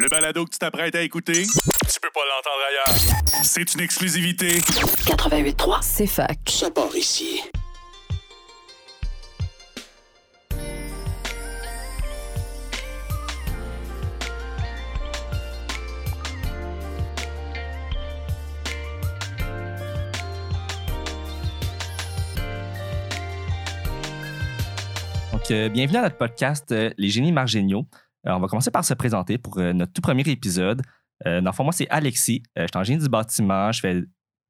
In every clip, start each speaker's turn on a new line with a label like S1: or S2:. S1: Le balado que tu t'apprêtes à écouter, tu peux pas l'entendre ailleurs. C'est une exclusivité.
S2: 88.3, c'est fac.
S3: Ça part ici.
S4: Donc, euh, bienvenue à notre podcast euh, Les génies marginaux. Euh, on va commencer par se présenter pour euh, notre tout premier épisode. Euh, dans le fond, moi, c'est Alexis. Euh, je suis en génie du bâtiment. Je fais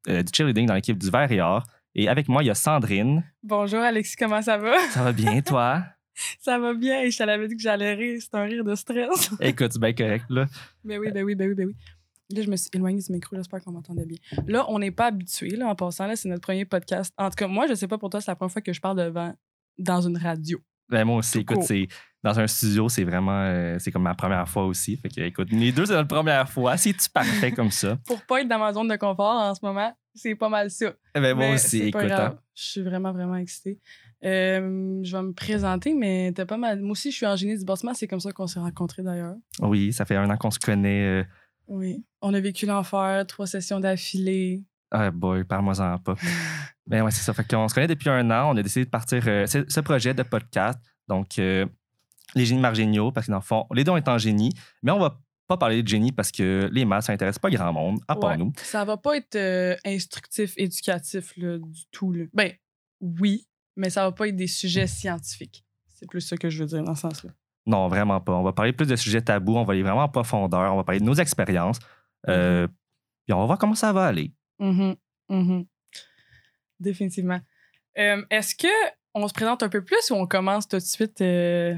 S4: euh, du cheerleading dans l'équipe du Vert et Or. Et avec moi, il y a Sandrine.
S5: Bonjour Alexis, comment ça va?
S4: Ça va bien, toi?
S5: Ça va bien, je te l'avais dit que j'allais rire, c'est un rire de stress.
S4: Écoute, c'est bien correct, là.
S5: Ben oui, ben oui, ben oui, ben oui. Là, je me suis éloignée du micro, j'espère qu'on m'entendait bien. Là, on n'est pas habitué, là, en passant, là, c'est notre premier podcast. En tout cas, moi, je sais pas pour toi, c'est la première fois que je parle devant, dans une radio.
S4: Ben, moi aussi, écoute,
S5: court.
S4: c'est dans un studio, c'est vraiment, euh, c'est comme ma première fois aussi. Fait que, écoute, les deux, c'est notre première fois. C'est-tu parfait comme ça?
S5: Pour pas être dans ma zone de confort en ce moment, c'est pas mal ça.
S4: Eh Ben, moi
S5: Mais
S4: aussi,
S5: c'est pas
S4: écoute.
S5: grave.
S4: hein.
S5: Je suis vraiment, vraiment excitée. Euh, je vais me présenter, mais t'as pas mal. Moi aussi, je suis en génie du bâtiment, c'est comme ça qu'on s'est rencontrés d'ailleurs.
S4: Oui, ça fait un an qu'on se connaît. euh,
S5: Oui. On a vécu l'enfer, trois sessions d'affilée.
S4: Ah boy, parle-moi-en pas. Mais ouais, c'est ça. Fait qu'on se connaît depuis un an. On a décidé de partir euh, ce ce projet de podcast. Donc, euh, les génies marginaux, parce que dans le fond, les dons étant génie, mais on va pas parler de génie parce que les maths, ça intéresse pas grand monde, à part
S5: Ouais.
S4: nous.
S5: Ça va pas être euh, instructif, éducatif là, du tout. là. Ben, oui, mais ça va pas être des sujets scientifiques. C'est plus ça que je veux dire dans ce sens-là.
S4: Non, vraiment pas. On va parler plus de sujets tabous. On va aller vraiment en profondeur. On va parler de nos expériences.
S5: Mm-hmm.
S4: Euh, Puis on va voir comment ça va aller.
S5: Mhm, mhm. Définitivement. Euh, Est-ce que on se présente un peu plus ou on commence tout de suite euh,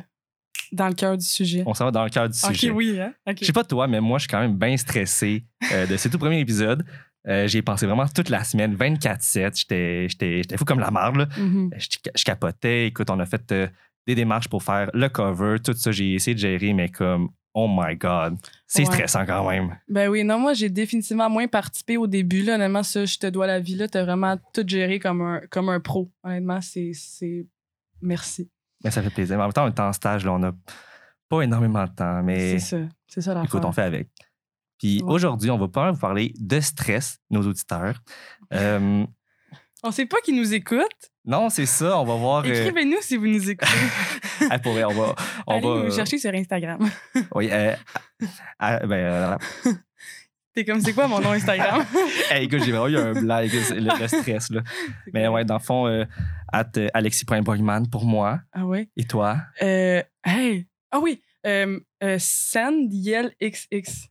S5: dans le cœur du sujet?
S4: On s'en va dans le cœur du sujet.
S5: Ok, oui, hein? Ok.
S4: Je sais pas toi, mais moi, je suis quand même bien stressé euh, de ce tout premier épisode. Euh, J'ai pensé vraiment toute la semaine, 24-7. J'étais- J'étais j'étais fou comme la marde. là.
S5: Mhm.
S4: je, je capotais. Écoute, on a fait euh, des démarches pour faire le cover, tout ça. J'ai essayé de gérer, mais comme, oh my God, c'est
S5: Ouais.
S4: stressant quand même.
S5: Ben oui, non, moi, j'ai définitivement moins participé au début. Là, honnêtement, ça, je te dois la vie. Là, t'as vraiment tout géré comme un, comme un pro. Honnêtement, c'est. c'est- Merci.
S4: Mais ça fait plaisir. Mais en même temps, on est en stage, là, on n'a pas énormément de temps, mais
S5: C'est ça. C'est ça la
S4: écoute, on fait avec. Puis
S5: Ouais.
S4: aujourd'hui, on va pas vous parler de stress, nos auditeurs. Euh,
S5: On sait pas qui nous écoute.
S4: non, c'est ça, on va voir. euh,
S5: Écrivez-nous si vous nous écoutez.
S4: ah, pour vrai, on va. On
S5: Allez
S4: va euh,
S5: nous chercher sur Instagram.
S4: Oui, euh, ah, ben, euh,
S5: T'es comme, c'est quoi mon nom Instagram?
S4: hey, écoute, j'ai vraiment eu un blague, le, le stress, là. Mais ouais, dans le fond, euh, at, euh, alexis.borgman pour moi.
S5: Ah ouais?
S4: Et toi?
S5: Euh, hey! Ah oui! Euh, euh, SandYelXX,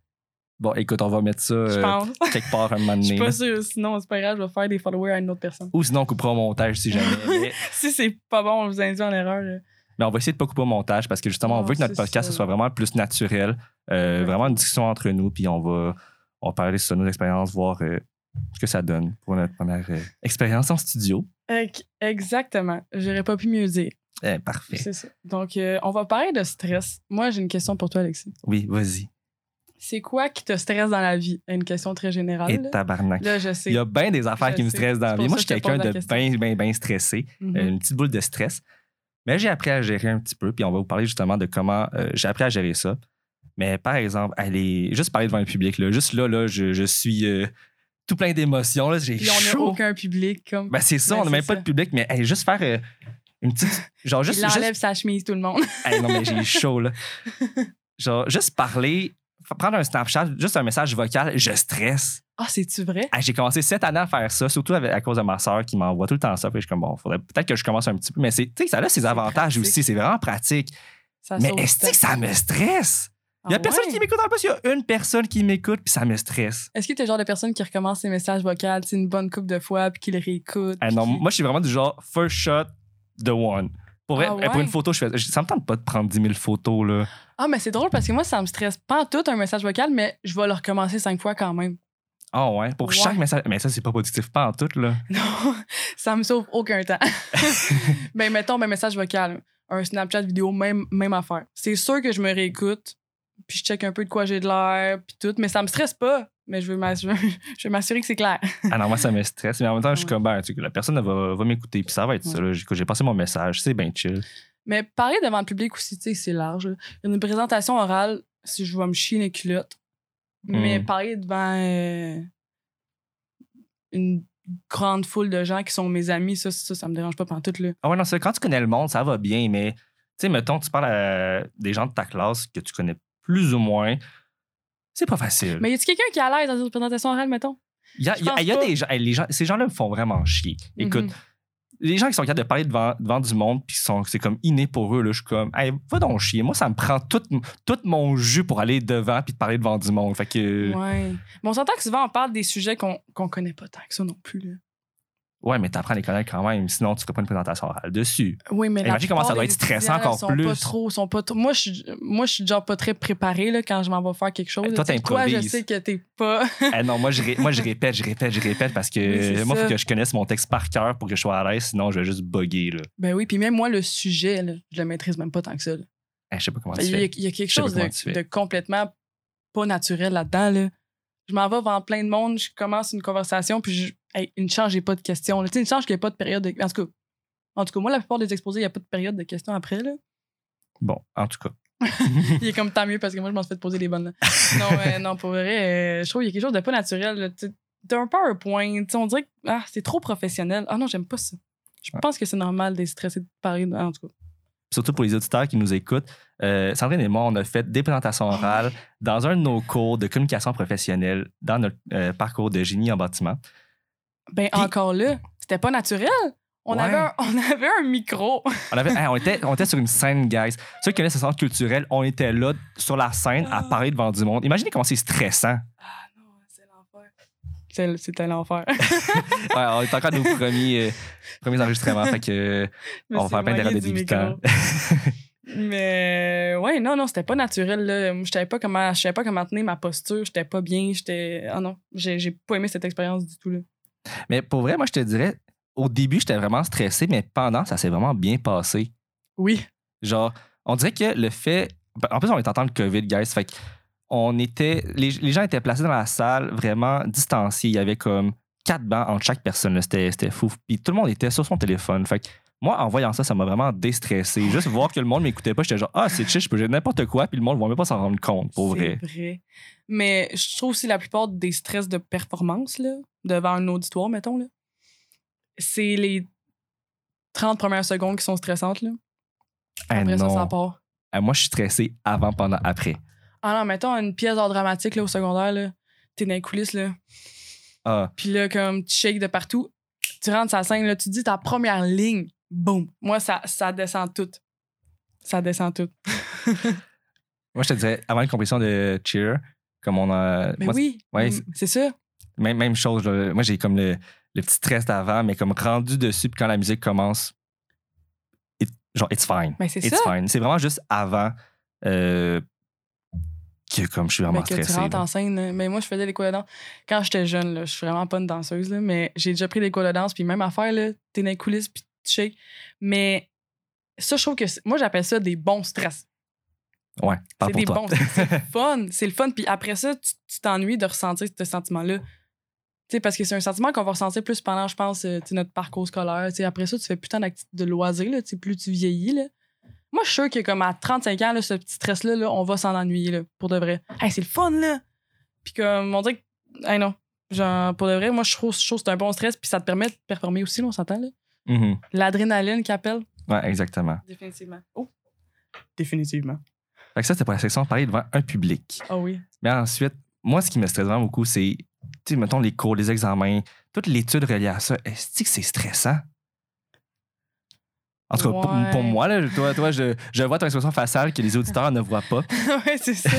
S4: Bon, écoute, on va mettre ça
S5: je
S4: euh,
S5: pense.
S4: quelque part un moment
S5: Je
S4: donné.
S5: suis
S4: là.
S5: pas sûre. Sinon, c'est pas grave, je vais faire des followers à une autre personne.
S4: Ou sinon, on coupera au montage si jamais. mais,
S5: si c'est pas bon, on vous induit en erreur. là.
S4: mais on va essayer de pas couper au montage parce que justement, on
S5: Non,
S4: veut que notre
S5: c'est
S4: podcast
S5: ça.
S4: ce soit vraiment plus naturel. euh,
S5: Exact.
S4: vraiment une discussion entre nous, puis on va, on va parler sur nos expériences, voir euh, ce que ça donne pour notre première euh, expérience en studio.
S5: Ec- Exactement. J'aurais pas pu mieux dire.
S4: Eh, parfait.
S5: C'est ça. Donc, euh, on va parler de stress. Moi, j'ai une question pour toi, Alexis.
S4: Oui, vas-y.
S5: C'est quoi qui te stresse dans la vie? Une question très générale.
S4: Et
S5: Ah, là.
S4: tabarnak.
S5: Là, je sais.
S4: Il y a bien des affaires
S5: Je
S4: qui me
S5: sais.
S4: stressent dans la
S5: C'est
S4: vie.
S5: pour
S4: Moi, je
S5: ça
S4: suis
S5: que je te
S4: quelqu'un
S5: pose la
S4: de bien, bien, bien stressé.
S5: Mhm.
S4: Euh, une petite boule de stress. Mais j'ai appris à gérer un petit peu, puis on va vous parler justement de comment euh, j'ai appris à gérer ça. Mais par exemple, aller juste parler devant le public, là, juste là, là je, je suis euh, tout plein d'émotions, là, j'ai
S5: Puis on n'a
S4: chaud.
S5: aucun public. Comme...
S4: Ben, c'est ça,
S5: Ben,
S4: on n'a
S5: c'est
S4: même pas
S5: ça.
S4: de public, mais hey, juste faire euh, une petite. Genre, juste.
S5: Il enlève
S4: juste-
S5: sa chemise, tout le monde.
S4: Hey, non, mais j'ai chaud, là. Genre, juste parler, f- prendre un Snapchat, juste un message vocal, je stresse.
S5: Ah, c'est-tu vrai?
S4: Ah, j'ai commencé cette année à faire ça, surtout avec- à cause de ma sœur qui m'envoie tout le temps ça. Puis je suis comme, bon, faudrait peut-être que je commence un petit peu. Mais c'est, tu sais, ça a ses
S5: C'est
S4: avantages
S5: pratique.
S4: aussi. C'est vraiment pratique.
S5: Ça
S4: mais
S5: sauve
S4: est-ce
S5: du temps.
S4: que ça me stresse? Il n'y a
S5: Ah
S4: personne
S5: ouais?
S4: qui m'écoute en plus. Il y a une personne qui m'écoute, puis ça me stresse.
S5: Est-ce que t'es le genre de personne qui recommence ses messages vocaux tu sais, une bonne coupe de fois, puis qui le réécoute?
S4: Ah
S5: puis
S4: non,
S5: qui-
S4: moi, je suis vraiment du genre first shot, the one. Pour, vrai, euh,
S5: Ah ouais?
S4: pour une photo, je fais, je- ça me tente pas de prendre 10 000 photos. Là.
S5: Ah, mais c'est drôle parce que moi, ça me stresse pas en tout un message vocal, mais je vais le recommencer cinq fois quand même.
S4: Ah ouais, pour
S5: Ouais.
S4: chaque message. Mais ça, c'est pas productif, pas en tout. Là.
S5: Non, ça me sauve aucun temps. Mais mettons mes messages vocal, un Snapchat vidéo, même, même affaire. C'est sûr que je me réécoute, puis je check un peu de quoi j'ai de l'air, puis tout, mais ça me stresse pas. Mais je veux m'ass- je veux je veux m'assurer que c'est clair.
S4: Ah non, moi, ça me stresse. Mais en même temps, je suis
S5: Ouais.
S4: comme, ben, tu sais, la personne elle va, va m'écouter, puis ça va être ça. là. J'ai j'ai passé mon message, c'est bien chill.
S5: Mais parler devant le public aussi, tu sais, c'est large. là. Une présentation orale, si je vais me chier les culottes. Mais
S4: Mm.
S5: parler devant euh, une grande foule de gens qui sont mes amis, ça, ça, ça me dérange pas pendant tout, là.
S4: Ah ouais, non, c'est quand tu connais le monde, ça va bien, mais tu sais, mettons, tu parles à des gens de ta classe que tu connais plus ou moins, c'est pas facile.
S5: Mais y a-tu quelqu'un qui est à l'aise dans une présentation orale, mettons?
S4: Il y a,
S5: je
S4: il y a-
S5: pense
S4: il y a
S5: pas.
S4: des gens, hey, les gens, ces gens-là me font vraiment chier. Écoute,
S5: Mhm.
S4: les gens qui sont capables de parler devant, devant du monde, puis qui sont- c'est comme inné pour eux, là, je suis comme, hey, va donc chier. Moi, ça me prend tout, tout mon jus pour aller devant puis de parler devant du monde. Fait que, ouais,
S5: Ouais. Mais on s'entend que souvent, on parle des sujets qu'on qu'on connaît pas tant que ça non plus, là.
S4: mais t'apprends à les connaître quand même, sinon tu ferais pas une présentation orale dessus.
S5: Oui, mais la
S4: Imagine comment ça
S5: plupart
S4: doit
S5: des
S4: être stressant
S5: étudiants, là,
S4: encore
S5: sont
S4: plus.
S5: Pas trop, sont pas trop- Moi, je suis- moi, je suis genre pas très préparée là, quand je m'en vais faire quelque chose.
S4: Et toi,
S5: Tu sais, Toi, je
S4: t'improvises.
S5: sais que t'es pas.
S4: Ah non, moi je, ré- moi, je répète, je répète, je répète parce
S5: Oui,
S4: que
S5: c'est
S4: moi,
S5: ça.
S4: faut que je connaisse mon texte par cœur pour que je sois à l'aise, sinon je vais juste bugger. Là.
S5: ben oui, puis même moi, le sujet, là, je le maîtrise même pas tant que ça. là.
S4: Hey, Eh, je sais pas comment tu
S5: Bah, Il y, a-
S4: fais.
S5: il y a quelque
S4: Je sais
S5: chose
S4: pas
S5: de,
S4: comment tu fais.
S5: de complètement pas naturel là-dedans. Là. Je m'en vais devant plein de monde, je commence une conversation, puis je... hey, une change, j'ai pas de questions. là. Tu sais, une change qu'il n'y a pas de période. De... En, tout cas, en tout cas, moi, la plupart des exposés, il n'y a pas de période de questions après. Là.
S4: Bon, en tout cas.
S5: Il est comme tant mieux parce que moi, je m'en suis fait poser les bonnes. là. Non, euh, non, pour vrai, euh, je trouve qu'il y a quelque chose de pas naturel. là. Tu- T'as un PowerPoint, tu sais, on dirait que ah, c'est trop professionnel. Ah non, j'aime pas ça. Je pense que c'est normal d'être stressé de parler, ah, en tout cas.
S4: surtout pour les auditeurs qui nous écoutent, euh, Sandrine et moi, on a fait des présentations orales dans un de nos cours de communication professionnelle dans notre euh, parcours de génie en bâtiment.
S5: Ben,
S4: Puis-
S5: encore là, c'était pas naturel. On,
S4: Ouais.
S5: avait un, on avait un micro.
S4: On, avait, hey, on, était, on était sur une scène, guys. Ceux qui connaissent le centre culturel, on était là sur la scène à parler devant du monde. Imaginez comment c'est stressant.
S5: Ah non, c'est l'enfer. C'est- C'était l'enfer.
S4: Ouais, on est encore nos premiers, euh, premiers enregistrements. Fait que, euh,
S5: Je me
S4: on va
S5: suis
S4: faire plein d'erreurs de
S5: éloignée du
S4: débutants.
S5: micro. Mais ouais, non, non, c'était pas naturel. Là. Moi, Je savais pas comment, je savais pas comment tenir ma posture. J'étais pas bien. J'étais. Ah non, j'ai j'ai pas aimé cette expérience du tout. Là.
S4: Mais pour vrai, moi, je te dirais, au début, j'étais vraiment stressé, mais pendant, ça s'est vraiment bien passé.
S5: Oui.
S4: Genre, on dirait que le fait. ben, En plus, on est en temps de COVID, guys. Fait que on était. Les, les gens étaient placés dans la salle vraiment distanciés. Il y avait comme quatre bancs entre chaque personne. là. C'était c'était fou. Puis tout le monde était sur son téléphone. Fait que moi, en voyant ça, ça m'a vraiment déstressé. Juste voir que le monde m'écoutait pas, j'étais genre, ah, c'est chill, je peux dire n'importe quoi. Puis le monde ne va même pas s'en rendre compte, pour vrai.
S5: C'est vrai. Mais je trouve aussi la plupart des stress de performance, là, devant un auditoire, mettons, là, c'est les 30 premières secondes qui sont stressantes. Là.
S4: Eh
S5: Après ça,
S4: non.
S5: ça part.
S4: Eh, moi, je suis stressé avant, pendant, après.
S5: Ah non, mettons une pièce d'art dramatique là, au secondaire, là. t'es dans les coulisses, là.
S4: Ah,
S5: puis là, comme tu shakes de partout, tu rentres sa scène, là, tu dis ta première ligne, boum. Moi, ça, ça descend tout. Ça descend tout.
S4: moi, je te dirais, avant une compétition de cheer, comme on a.
S5: Mais
S4: moi,
S5: oui,
S4: ouais,
S5: mm, c'est ça.
S4: Même, même chose. là. Moi, j'ai comme le, le petit stress d'avant, mais comme rendu dessus, puis quand la musique commence, it- genre, it's fine.
S5: Mais Ben, c'est
S4: It's
S5: ça.
S4: fine. C'est vraiment juste avant euh, que comme je suis vraiment
S5: Mais Ben, que tu
S4: stressé.
S5: rentres
S4: là.
S5: en scène. là. Mais moi, je faisais des cours de danse. Quand j'étais jeune, là, je suis vraiment pas une danseuse, là, mais j'ai déjà pris des cours de danse. Puis même affaire, là, t'es dans les coulisses, puis tu shakes. Mais ça, je trouve que... c'est- Moi, j'appelle ça des bons stress.
S4: Ouais, parle
S5: C'est
S4: pour
S5: des
S4: toi.
S5: bons stress. C'est le fun. C'est le fun. Puis après ça, tu tu t'ennuies de ressentir ce sentiment-là. Tu sais, parce que c'est un sentiment qu'on va ressentir plus pendant, je pense, euh, tu sais, notre parcours scolaire. Tu sais, après ça, tu fais putain de loisirs, là, tu sais, plus tu vieillis. Là. Moi, je suis sûre que comme à 35 ans, là, ce petit stress-là, là, on va s'en ennuyer, là, pour de vrai. Hey, c'est le fun, là! Puis comme, on dirait que... Hey, non. Genre, pour de vrai, moi, je trouve, je trouve que c'est un bon stress, puis ça te permet de performer aussi, là, on s'entend, là.
S4: Mhm.
S5: L'adrénaline qui appelle.
S4: Ouais, exactement.
S5: Définitivement. Oh! Définitivement.
S4: Fait que ça, c'était pour la section de parler devant un public.
S5: Ah oui.
S4: Mais ensuite, moi, ce qui me stresse vraiment beaucoup, c'est, tu sais, mettons les cours, les examens, toute l'étude reliée à ça. Est-ce que c'est stressant? En tout cas, pour-
S5: Ouais.
S4: pour moi, là, toi, toi je, je vois ton expression faciale que les auditeurs ne voient pas.
S5: ouais, c'est ça.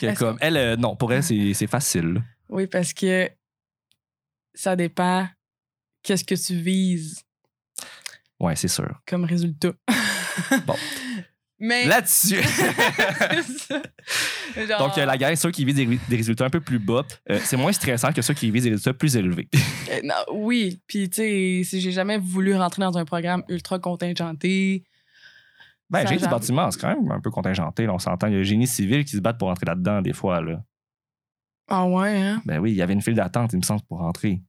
S4: Que
S5: Est-ce
S4: comme, elle, euh, non, pour elle, c'est c'est facile.
S5: Oui, parce que ça dépend qu'est-ce que tu vises
S4: Ouais, c'est sûr.
S5: comme résultat.
S4: Bon.
S5: Mais.
S4: Là-dessus.
S5: C'est ça. Genre-
S4: Donc, euh, la guerre, ceux qui visent des, des résultats un peu plus bas, euh, c'est moins stressant que ceux qui visent des résultats plus élevés.
S5: Euh, non, oui, puis tu sais, si j'ai jamais voulu rentrer dans un programme ultra contingenté.
S4: Ben,
S5: Ça
S4: j'ai du
S5: va.
S4: bâtiment, c'est quand même un peu contingenté. là, on s'entend. Il y a le génie civil qui se battent pour entrer là-dedans, des fois. Là.
S5: Ah ouais, hein?
S4: Ben oui, il y avait une file d'attente, il me semble, pour rentrer.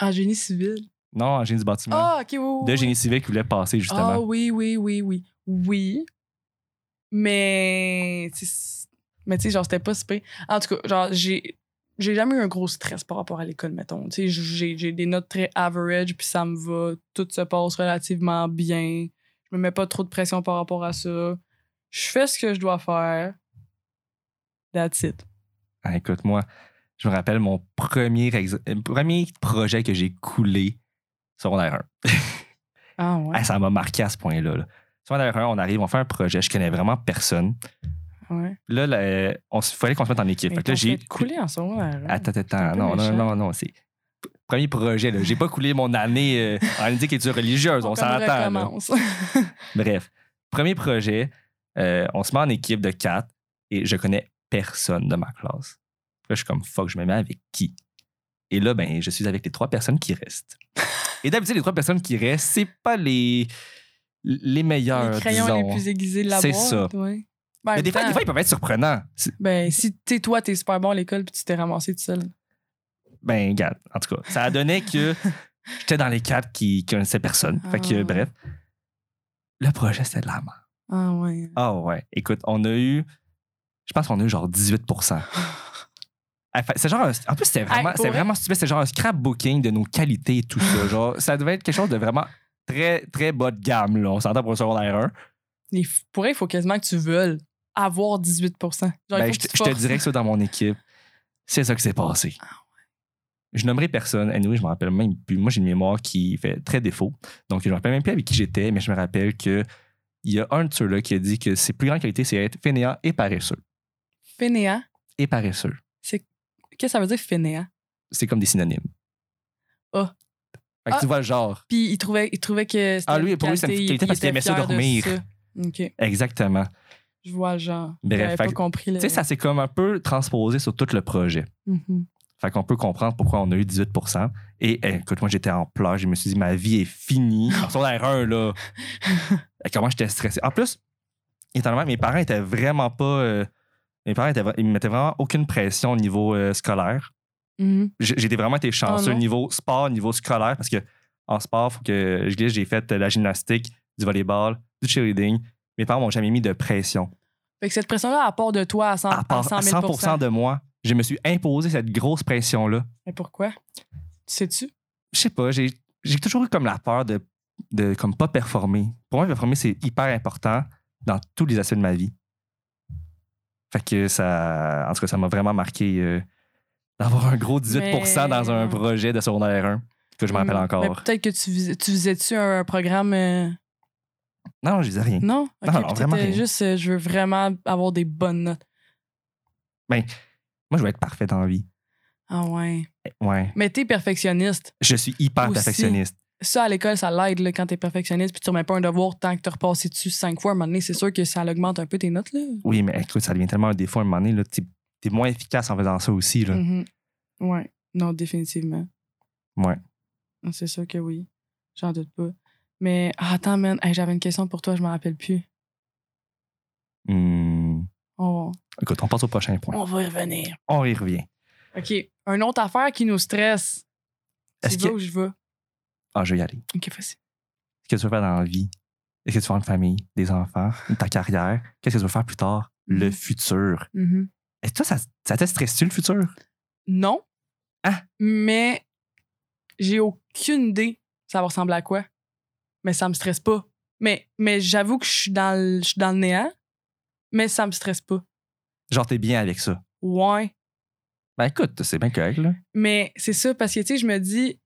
S5: En génie civil.
S4: Non, en génie du bâtiment.
S5: Ah, ok, oui, oui.
S4: de
S5: oui.
S4: génie civil qui voulait passer,
S5: Oh.
S4: justement.
S5: Ah oui, oui, oui, oui. Oui. Mais. tu sais, Mais tu sais, genre, c'était pas si pire. En tout cas, genre, j'ai. J'ai jamais eu un gros stress par rapport à l'école, mettons. Tu sais, j'ai j'ai des notes très average, puis ça me va. Tout se passe relativement bien. Je me mets pas trop de pression par rapport à ça. Je fais ce que je dois faire. That's it.
S4: Ah, Écoute-moi, je me rappelle mon premier, ex- euh, premier projet que j'ai coulé secondaire 1.
S5: Ah ouais.
S4: Ah, ça m'a marqué à ce point-là. là. Secondaire 1, on arrive, on fait un projet, je connais vraiment personne.
S5: ouais.
S4: Là, là, on, s- fallait qu'on se mette en équipe.
S5: Mais
S4: Fait que là,
S5: t'as
S4: j'ai.
S5: fait couler en secondaire. hein?
S4: Attends,
S5: un
S4: attends,
S5: peu
S4: non, non,
S5: méchant.
S4: non, non, c'est. p- Premier projet, là. J'ai pas coulé mon année euh, en éducation religieuse, on,
S5: comme
S4: s'entend. là.
S5: recommence.
S4: Bref, premier projet, euh, on se met en équipe de quatre et je connais personne de ma classe. Là, je suis comme fuck, je me mets avec qui? Et là, ben, je suis avec les trois personnes qui restent. Et d'habitude, les trois personnes qui restent, c'est pas les, les meilleurs,
S5: les crayons
S4: disons.
S5: les plus aiguisés de la
S4: C'est
S5: boîte.
S4: ça.
S5: ouais. Ben,
S4: Mais des fois, des fois, ils peuvent être surprenants. C'est-
S5: ben, si t'es toi, t'es super bon à l'école puis tu t'es ramassé tout seul.
S4: Ben, regarde, en tout cas, ça a donné que j'étais dans les quatre qui qui connaissaient personne. Fait que,
S5: Ah.
S4: bref, le projet, c'était de la merde.
S5: Ah ouais.
S4: Ah ouais. Écoute, on a eu. Je pense qu'on a eu genre 18 Ah, fait- C'est genre un- en plus, c'était vraiment,
S5: Hey, pour
S4: c'était
S5: vrai?
S4: vraiment stupide. C'est genre un scrapbooking de nos qualités et tout ça. genre, ça devait être quelque chose de vraiment très, très bas de gamme. Là. On s'entend pour un secondaire 1.
S5: Il f- pour vrai, il faut quasiment que tu veuilles avoir 18 Genre, il
S4: Ben,
S5: faut
S4: je,
S5: que
S4: te- je
S5: tu
S4: te
S5: forces. Ah
S4: dirais que ça, dans mon équipe, c'est ça qui s'est passé. Je nommerai personne. Anyway, je me rappelle même plus. Moi, j'ai une mémoire qui fait très défaut. Donc, je me rappelle même plus avec qui j'étais, mais je me rappelle que il y a un de ceux-là qui a dit que ses plus grandes qualités, c'est être fainéant et paresseux.
S5: Fainéant.
S4: Et paresseux.
S5: Qu'est-ce que ça veut dire fainéant?
S4: c'est comme des synonymes.
S5: Ah.
S4: Fait que tu
S5: Ah.
S4: vois le genre.
S5: Puis il trouvait, il trouvait que c'était.
S4: Ah, lui, pour lui, c'était une
S5: qualité,
S4: qualité
S5: il
S4: parce qu'il aimait
S5: était
S4: ça
S5: fier de
S4: dormir.
S5: ça. OK.
S4: Exactement.
S5: Je vois, le genre.
S4: Bref,
S5: J'avais
S4: fait
S5: pas
S4: que-
S5: compris. Le...
S4: Tu sais, ça s'est comme un peu transposé sur tout le projet.
S5: Mhm.
S4: Fait qu'on peut comprendre pourquoi on a eu 18 Et eh, écoute, moi, j'étais en pleurs. Je me suis dit, ma vie est finie. En secondaire 1, là. Et Comment j'étais stressé. En plus, étonnamment, mes parents étaient vraiment pas. euh, mes parents étaient, vra- ils me mettaient vraiment aucune pression au niveau euh, scolaire.
S5: Mhm.
S4: J- J'ai été vraiment été chanceux
S5: Ah, non?
S4: niveau sport, niveau scolaire, parce que en sport, faut que je glisse, j'ai fait de la gymnastique, du volleyball, du cheerleading. Mes parents m'ont jamais mis de pression.
S5: Fait que cette pression-là, à part de toi à 100,
S4: À part
S5: 100 000
S4: 100 de moi, je me suis imposé cette grosse pression-là.
S5: Mais pourquoi? Sais-tu?
S4: Je sais pas, j'ai j'ai toujours eu comme la peur de, de comme pas performer. Pour moi, performer, c'est hyper important dans tous les aspects de ma vie. Fait que ça. En tout cas, ça m'a vraiment marqué euh, d'avoir un gros 18
S5: Mais-
S4: dans un projet de secondaire 1 que je me rappelle
S5: Mhm.
S4: encore.
S5: Mais peut-être que tu, vis- tu faisais-tu un, un programme. euh,
S4: Non, je disais rien.
S5: Non?
S4: Non,
S5: Ok,
S4: non,
S5: peut-être,
S4: vraiment
S5: euh,
S4: rien.
S5: juste, euh, je veux vraiment avoir des bonnes notes.
S4: Moi, je veux être parfait en vie. Eh,
S5: Ah ouais.
S4: Ouais.
S5: Mais t'es perfectionniste.
S4: Je suis hyper
S5: Aussi.
S4: perfectionniste.
S5: Ça, à l'école, ça l'aide là, quand t'es perfectionniste puis tu remets pas un devoir tant que t'as repassé dessus cinq fois. À un moment donné, c'est sûr que ça augmente un peu tes notes. Là.
S4: Oui, mais eh, écoute, ça devient tellement un défaut à un moment donné. là, T'es t'es moins efficace en faisant ça aussi. Là.
S5: Mhm. Ouais. Non, définitivement.
S4: Ouais.
S5: Non, C'est sûr que oui. J'en doute pas. Mais ah, attends, man, Hey, j'avais une question pour toi, je m'en rappelle plus.
S4: Hmm.
S5: On
S4: Écoute, on passe au prochain
S5: va,
S4: point.
S5: on va y revenir.
S4: On y revient.
S5: OK. Une autre affaire qui nous stresse.
S4: Est-ce
S5: Tu
S4: que...
S5: vas ou je vais?
S4: Ah, je vais y aller.
S5: OK, facile.
S4: Qu'est-ce que tu veux faire dans la vie? Est-ce que tu veux avoir une famille, des enfants, ta carrière? Qu'est-ce que tu veux faire plus tard? Le
S5: Mhm.
S4: futur.
S5: Mhm.
S4: Et toi, ça, ça te stresse-tu le futur?
S5: Non.
S4: Ah.
S5: Mais j'ai aucune idée ça va ressembler à quoi. Mais ça me stresse pas. Mais, mais j'avoue que je suis dans le, je suis dans le néant, mais ça me stresse pas.
S4: Genre, t'es bien avec ça.
S5: Ouais.
S4: Ben écoute, c'est bien correct, là.
S5: Mais c'est ça, parce que, tu sais, je me dis,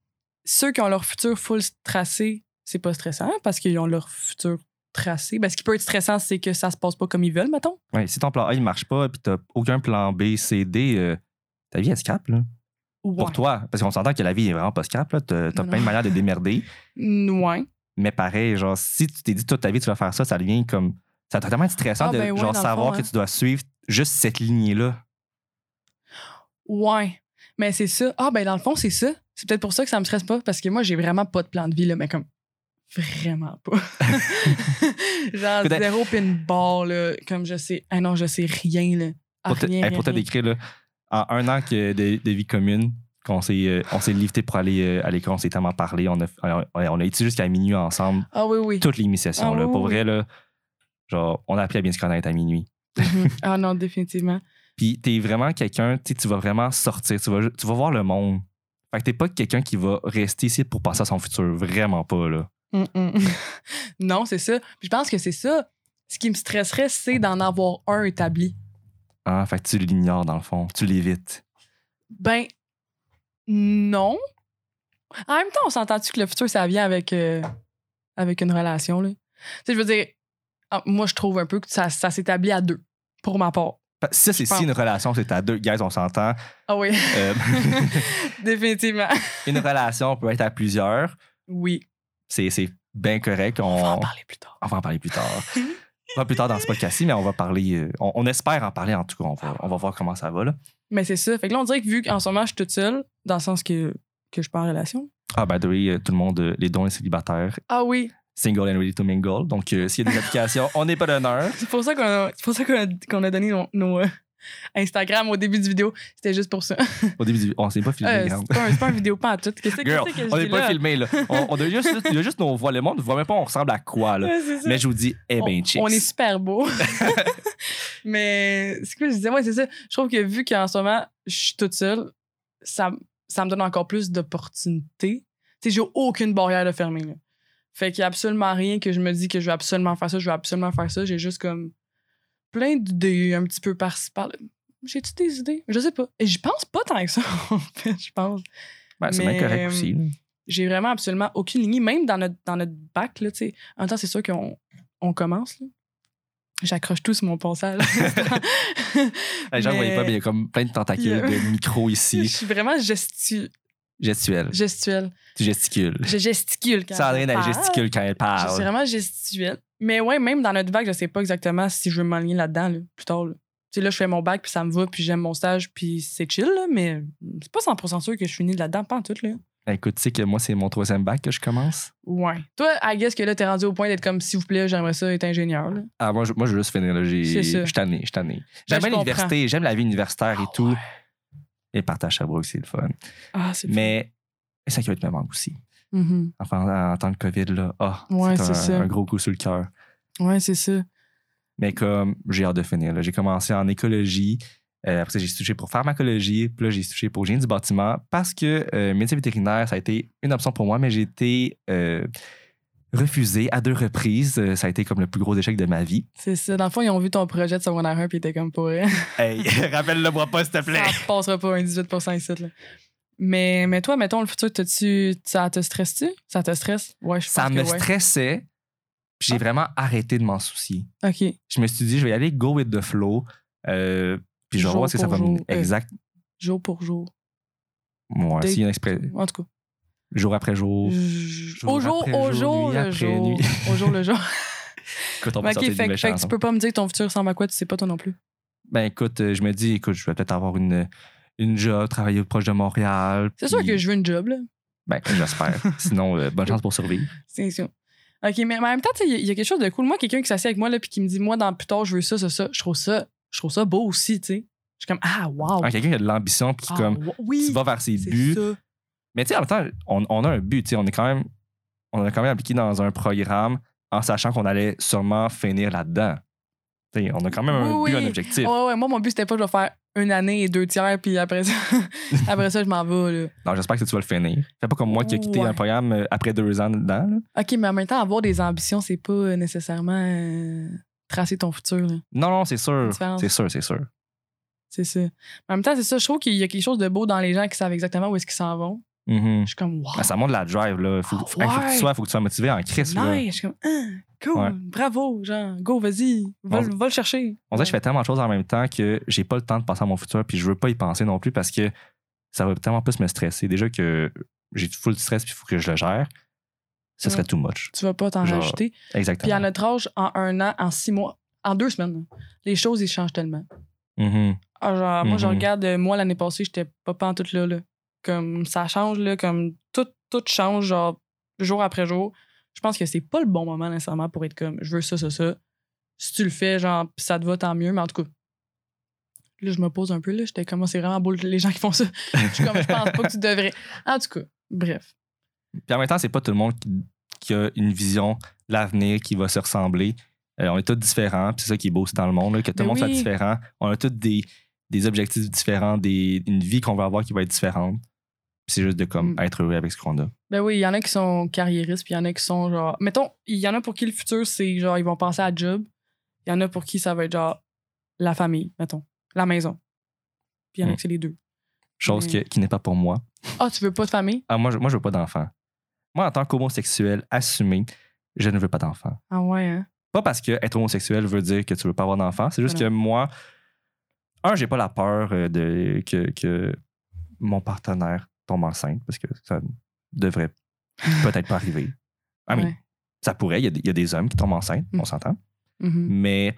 S5: ceux qui ont leur futur full tracé, c'est pas stressant parce qu'ils ont leur futur tracé. Ben, ce qui peut être stressant, c'est que ça se passe pas comme ils veulent, mettons.
S4: Ouais, si ton plan A, il marche pas, puis t'as aucun plan B, C, D, euh, ta vie, elle se capte, là. pour
S5: Ouais.
S4: toi. Parce qu'on s'entend que la vie est vraiment pas scrap. là. T'as t'as
S5: Non,
S4: plein de
S5: non.
S4: manières de démerder.
S5: Ouais.
S4: Mais pareil, genre, si tu t'es dit toute ta vie tu vas faire ça, ça devient comme. Ça doit tellement être stressant
S5: Ah,
S4: de
S5: ben oui,
S4: genre,
S5: dans le
S4: savoir
S5: fond,
S4: que
S5: hein.
S4: tu dois suivre juste cette lignée-là.
S5: Ouais. Mais c'est ça. Ah, ben dans le fond, c'est ça. C'est peut-être pour ça que ça me stresse pas, parce que moi, j'ai vraiment pas de plan de vie, là, mais comme vraiment pas. Genre
S4: Peut-être-
S5: zéro pin bar, là, comme je sais. Ah non, je sais rien, là. Ah,
S4: Pour, te,
S5: rien,
S4: hey,
S5: rien,
S4: pour te
S5: rien.
S4: décrire, là, en un an que de, de vie commune, qu'on s'est, euh, on s'est lifté pour aller euh, à l'école, on s'est tellement parlé. On a, on a- on a été jusqu'à minuit ensemble,
S5: Ah oui, oui.
S4: toute l'initiation.
S5: Ah
S4: là.
S5: oui,
S4: Pour
S5: oui.
S4: vrai, là, genre, on a appris à bien se connaître à minuit.
S5: Mhm. ah non, définitivement.
S4: Puis t'es vraiment quelqu'un, tu sais, tu vas vraiment sortir, tu vas, ju- tu vas voir le monde. Fait que t'es pas quelqu'un qui va rester ici pour passer à son futur. Vraiment pas, là.
S5: Mm, mm. non, c'est ça. Puis je pense que c'est ça. Ce qui me stresserait, c'est d'en avoir un établi.
S4: Hein? Fait que tu l'ignores, dans le fond. Tu l'évites.
S5: Ben, non. En même temps, on s'entend-tu que le futur, ça vient avec, euh, avec une relation, là? Tu sais, je veux dire, ah, moi, je trouve un peu que ça, ça s'établit à deux, pour ma part.
S4: Fait que Ça, c'est
S5: Je pense-
S4: si une relation, c'est à deux. Guys, on s'entend.
S5: Ah oui,
S4: Euh,
S5: définitivement.
S4: une relation peut être à plusieurs.
S5: Oui.
S4: C'est c'est bien correct.
S5: On va
S4: On,
S5: en parler plus tard.
S4: on va en parler plus tard. pas plus tard dans ce podcast-ci, mais on va parler. euh, on, on espère en parler en tout cas. On va, on va voir comment ça va, là.
S5: Mais c'est ça. Fait que là, on dirait que vu qu'en ce moment, je suis toute seule, dans le sens que, que je suis pas en relation.
S4: Ah, by the way, euh, tout le monde, euh, les dons et célibataires,
S5: Ah oui,
S4: single and ready to mingle. Donc, euh, s'il y a des applications, on n'est pas d'honneur.
S5: c'est pour ça qu'on a, c'est pour ça qu'on a, qu'on a donné nos, nos, euh, Instagram au début du vidéo. C'était juste pour ça.
S4: Au début, du- on s'est pas filmé,
S5: Euh,
S4: grande.
S5: c'est pas, un- c'est pas un vidéo pas en tout. Qu'est-ce que
S4: Girl,
S5: qu'est-ce que je
S4: on
S5: dis
S4: n'est pas
S5: là?
S4: filmé, là. On, on a juste, il y a juste nos voix. Le monde ne voit même pas on ressemble à quoi, là.
S5: Ouais, c'est ça.
S4: Mais je vous dis, eh ben,
S5: on,
S4: chicks.
S5: on est super beau. Mais c'est quoi je disais? Ouais, c'est ça. Je trouve que vu qu'en ce moment, je suis toute seule, ça, m- ça me donne encore plus d'opportunités. Tu sais, j'ai aucune barrière de fermer. là. Fait qu'il n'y a absolument rien que je me dis que je vais absolument faire ça, je vais absolument faire ça. J'ai juste comme plein d'idées un petit peu par-ci, par-là. J'ai-tu des idées? Je sais pas. Et j'y pense pas tant que ça, en fait, je pense.
S4: Ben, c'est
S5: mais- euh,
S4: bien correct aussi. là.
S5: J'ai vraiment absolument aucune lignée, même dans notre, dans notre bac, là, tu sais. En même temps, c'est sûr qu'on on commence, là. J'accroche tout sur mon passage.
S4: Les gens ne
S5: mais-
S4: voyaient pas, mais il y a comme plein de tentacules
S5: Il y a-
S4: de micro
S5: je
S4: ici.
S5: suis vraiment gestu-
S4: Gestuelle.
S5: gestuelle.
S4: Tu gesticules.
S5: Je gesticule quand
S4: Sandrine,
S5: je
S4: elle
S5: parle.
S4: gesticule Ah quand elle
S5: Je suis
S4: parle.
S5: vraiment gestuelle. Mais ouais, même dans notre bac, je sais pas exactement si je veux m'enligner là-dedans, là, plus tard, là. Tu sais, là, je fais mon bac, puis ça me va, puis j'aime mon stage, puis c'est chill, là, mais c'est pas 100% sûr que je suis née là-dedans, pas en tout, là.
S4: Ben, Écoute, tu sais que moi, c'est mon troisième bac que je commence.
S5: Ouais. Toi, I guess que là, t'es rendu au point d'être comme, s'il vous plaît, j'aimerais ça être ingénieur, là.
S4: Ah, moi, je, moi, je veux juste finir. là. J'ai-
S5: C'est
S4: Je
S5: ça. Ben,
S4: suis tanné, je suis tanné. J'aime
S5: je
S4: bien l'université, j'aime la vie universitaire et tout. Et partage à Sherbrooke, c'est le fun.
S5: Ah, c'est
S4: Mais ça qui va être me manque aussi.
S5: Mhm.
S4: Enfin, en, en temps de COVID, là, ah,
S5: Ouais,
S4: c'est un,
S5: c'est ça.
S4: un gros coup sur le cœur.
S5: Ouais, c'est ça.
S4: Mais comme, j'ai hâte de finir. là. J'ai commencé en écologie. euh, après ça, j'ai touché pour pharmacologie. Puis là, j'ai touché pour génie du bâtiment parce que euh, médecin vétérinaire, ça a été une option pour moi, mais j'ai été euh, refusé à deux reprises. Euh, Ça a été comme le plus gros échec de ma vie.
S5: C'est ça. Dans le fond, ils ont vu ton projet de secondaire 1 puis ils étaient comme pour rien.
S4: Hey, rappelle-le-moi pas, s'il te
S5: ça passera pas un 18 ici. Là. Mais, mais toi, mettons, le futur, t'as-tu, ça te stresse-tu? Ça te stresse? Ouais, je pense
S4: Ça
S5: que
S4: me
S5: ouais. Ah.
S4: stressait. puis J'ai vraiment arrêté de m'en soucier.
S5: OK.
S4: Je me suis dit, je vais y aller go with the flow. euh, puis je vais
S5: Jour
S4: voir ce que ça
S5: pour
S4: va me.
S5: jour, euh,
S4: Exact.
S5: Jour pour jour.
S4: Moi,
S5: Date.
S4: s'il y a une expré-
S5: En tout cas.
S4: Jour après jour.
S5: j-
S4: jour
S5: Au jour,
S4: après jour,
S5: au jour,
S4: nuit
S5: le
S4: après
S5: jour.
S4: nuit.
S5: Au jour, le jour.
S4: Écoute, on va
S5: Mais OK,
S4: sortir
S5: fait,
S4: d'une
S5: que-
S4: belle
S5: fait que tu
S4: chanson.
S5: peux pas me dire que ton futur ressemble à quoi, tu sais pas toi non plus.
S4: hein. Ben écoute, euh, je me dis, écoute, je vais peut-être avoir une, une job, travailler proche de Montréal.
S5: C'est sûr
S4: puis-
S5: que je veux une job, là.
S4: Ben, j'espère. Sinon, euh, bonne chance pour survivre.
S5: C'est sûr. OK, mais mais en même temps, tu sais, il y a- il y, a quelque chose de cool. Moi, quelqu'un qui s'assied avec moi, là, puis qui me dit, moi, dans plus tard, je veux ça, ça, ça, je trouve ça, je trouve ça beau aussi, tu sais. Je suis comme, ah, wow.
S4: Ah, Quelqu'un qui a de l'ambition, puis qui,
S5: Ah,
S4: comme,
S5: wa- oui.
S4: tu vas vers ses
S5: C'est
S4: buts.
S5: ça.
S4: Mais tu sais, en même temps, on, on a un but, tu sais, on est quand même, on a quand même appliqué dans un programme en sachant qu'on allait sûrement finir là-dedans. Tu sais, on a quand même un
S5: Oui,
S4: but,
S5: oui.
S4: un objectif.
S5: Ouais, ouais, moi, mon but, c'était pas de faire une année et deux tiers, puis après ça, après ça je m'en vais. Là.
S4: Non, j'espère que tu vas le finir. Fais pas comme moi qui a quitté
S5: Ouais.
S4: un programme euh, après deux ans dedans. là.
S5: OK, mais en même temps, avoir des ambitions, c'est pas euh, nécessairement euh, tracer ton futur. là.
S4: Non, non, c'est sûr.
S5: Différence.
S4: C'est sûr, c'est sûr.
S5: C'est ça. Mais en même temps, c'est ça. Je trouve qu'il y a quelque chose de beau dans les gens qui savent exactement où est-ce qu'ils s'en vont.
S4: Mhm.
S5: Je suis comme, wow.
S4: Ben, ça montre de la drive, là. Faut,
S5: Ah,
S4: faut- hey, faut que
S5: ouais.
S4: tu sois, faut que tu sois motivé en
S5: c'est
S4: crise, là.
S5: nice. Je suis comme, ah, cool,
S4: Ouais.
S5: bravo, genre, go, vas-y, va,
S4: On-
S5: va le chercher.
S4: On dirait que je fais tellement de choses en même temps que j'ai pas le temps de penser à mon futur, puis je veux pas y penser non plus parce que ça va tellement plus me stresser. Déjà que j'ai full stress, puis il faut que je le gère. Ce serait
S5: Ouais.
S4: too much.
S5: Tu vas pas t'en
S4: Genre,
S5: rajouter. Puis
S4: Exactement.
S5: à notre âge, en un an, en six mois, en deux semaines, les choses, ils changent tellement.
S4: Mhm.
S5: Ah, genre, moi, je
S4: Mhm.
S5: regarde, euh, moi, l'année passée, j'étais pas pantoute là, là. Comme ça change, là, comme tout, tout change, genre, jour après jour. Je pense que c'est pas le bon moment, nécessairement, pour être comme, je veux ça, ça, ça. Si tu le fais, genre, pis ça te va, tant mieux, mais en tout cas. Là, je me pose un peu, là. J'étais comme, Ah, c'est vraiment beau, les gens qui font ça. je suis comme, je pense pas que tu devrais. En tout cas, bref.
S4: Puis en même temps, c'est pas tout le monde qui, qui a une vision de l'avenir qui va se ressembler. Euh, on est tous différents, puis c'est ça qui est beau aussi dans le monde, là, que tout le
S5: Ben
S4: monde soit
S5: oui.
S4: différent. On a tous des, des objectifs différents, des, une vie qu'on va avoir qui va être différente. Puis C'est juste de comme,
S5: Mm.
S4: être heureux avec ce qu'on a.
S5: Ben oui, il y en a qui sont carriéristes, puis il y en a qui sont genre. Mettons, il y en a pour qui le futur, c'est genre, ils vont penser à job. Il y en a pour qui ça va être genre la famille, mettons, la maison. Puis il y en a
S4: Mm.
S5: que c'est les deux.
S4: Chose
S5: Mm.
S4: que- qui n'est pas pour moi.
S5: Ah, tu veux pas de famille?
S4: Ah, moi, je, moi, je veux pas d'enfant. Moi, en tant qu'homosexuel assumé, je ne veux pas d'enfant.
S5: Ah ouais, hein?
S4: Pas parce que être homosexuel veut dire que tu veux pas avoir d'enfant. C'est juste que
S5: Voilà.
S4: moi, un, j'ai pas la peur euh, de que, que mon partenaire tombe enceinte parce que ça devrait peut-être pas arriver. Ah, mais
S5: Ouais.
S4: ça pourrait. Il y a des- il y, a des hommes qui tombent enceintes,
S5: Mm.
S4: on s'entend.
S5: Mhm.
S4: Mais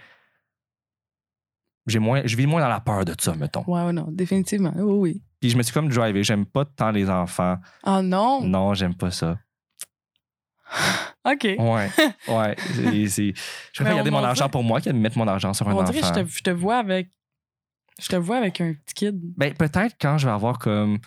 S4: j'ai moins, je vis moins dans la peur de ça, mettons.
S5: Ouais, ouais, non, définitivement. Oui, oui.
S4: Puis je me suis comme drivé. J'aime pas tant les enfants.
S5: Ah non?
S4: Non, j'aime pas ça.
S5: OK.
S4: Ouais, ouais. c'est- c'est- Je
S5: Mais
S4: vais garder
S5: on-
S4: mon
S5: on
S4: argent
S5: dirait-
S4: pour moi que de mettre mon argent sur un
S5: On
S4: enfant.
S5: dirait que je te, je te vois avec. Je te vois avec un petit kid.
S4: Ben, peut-être quand je vais avoir comme.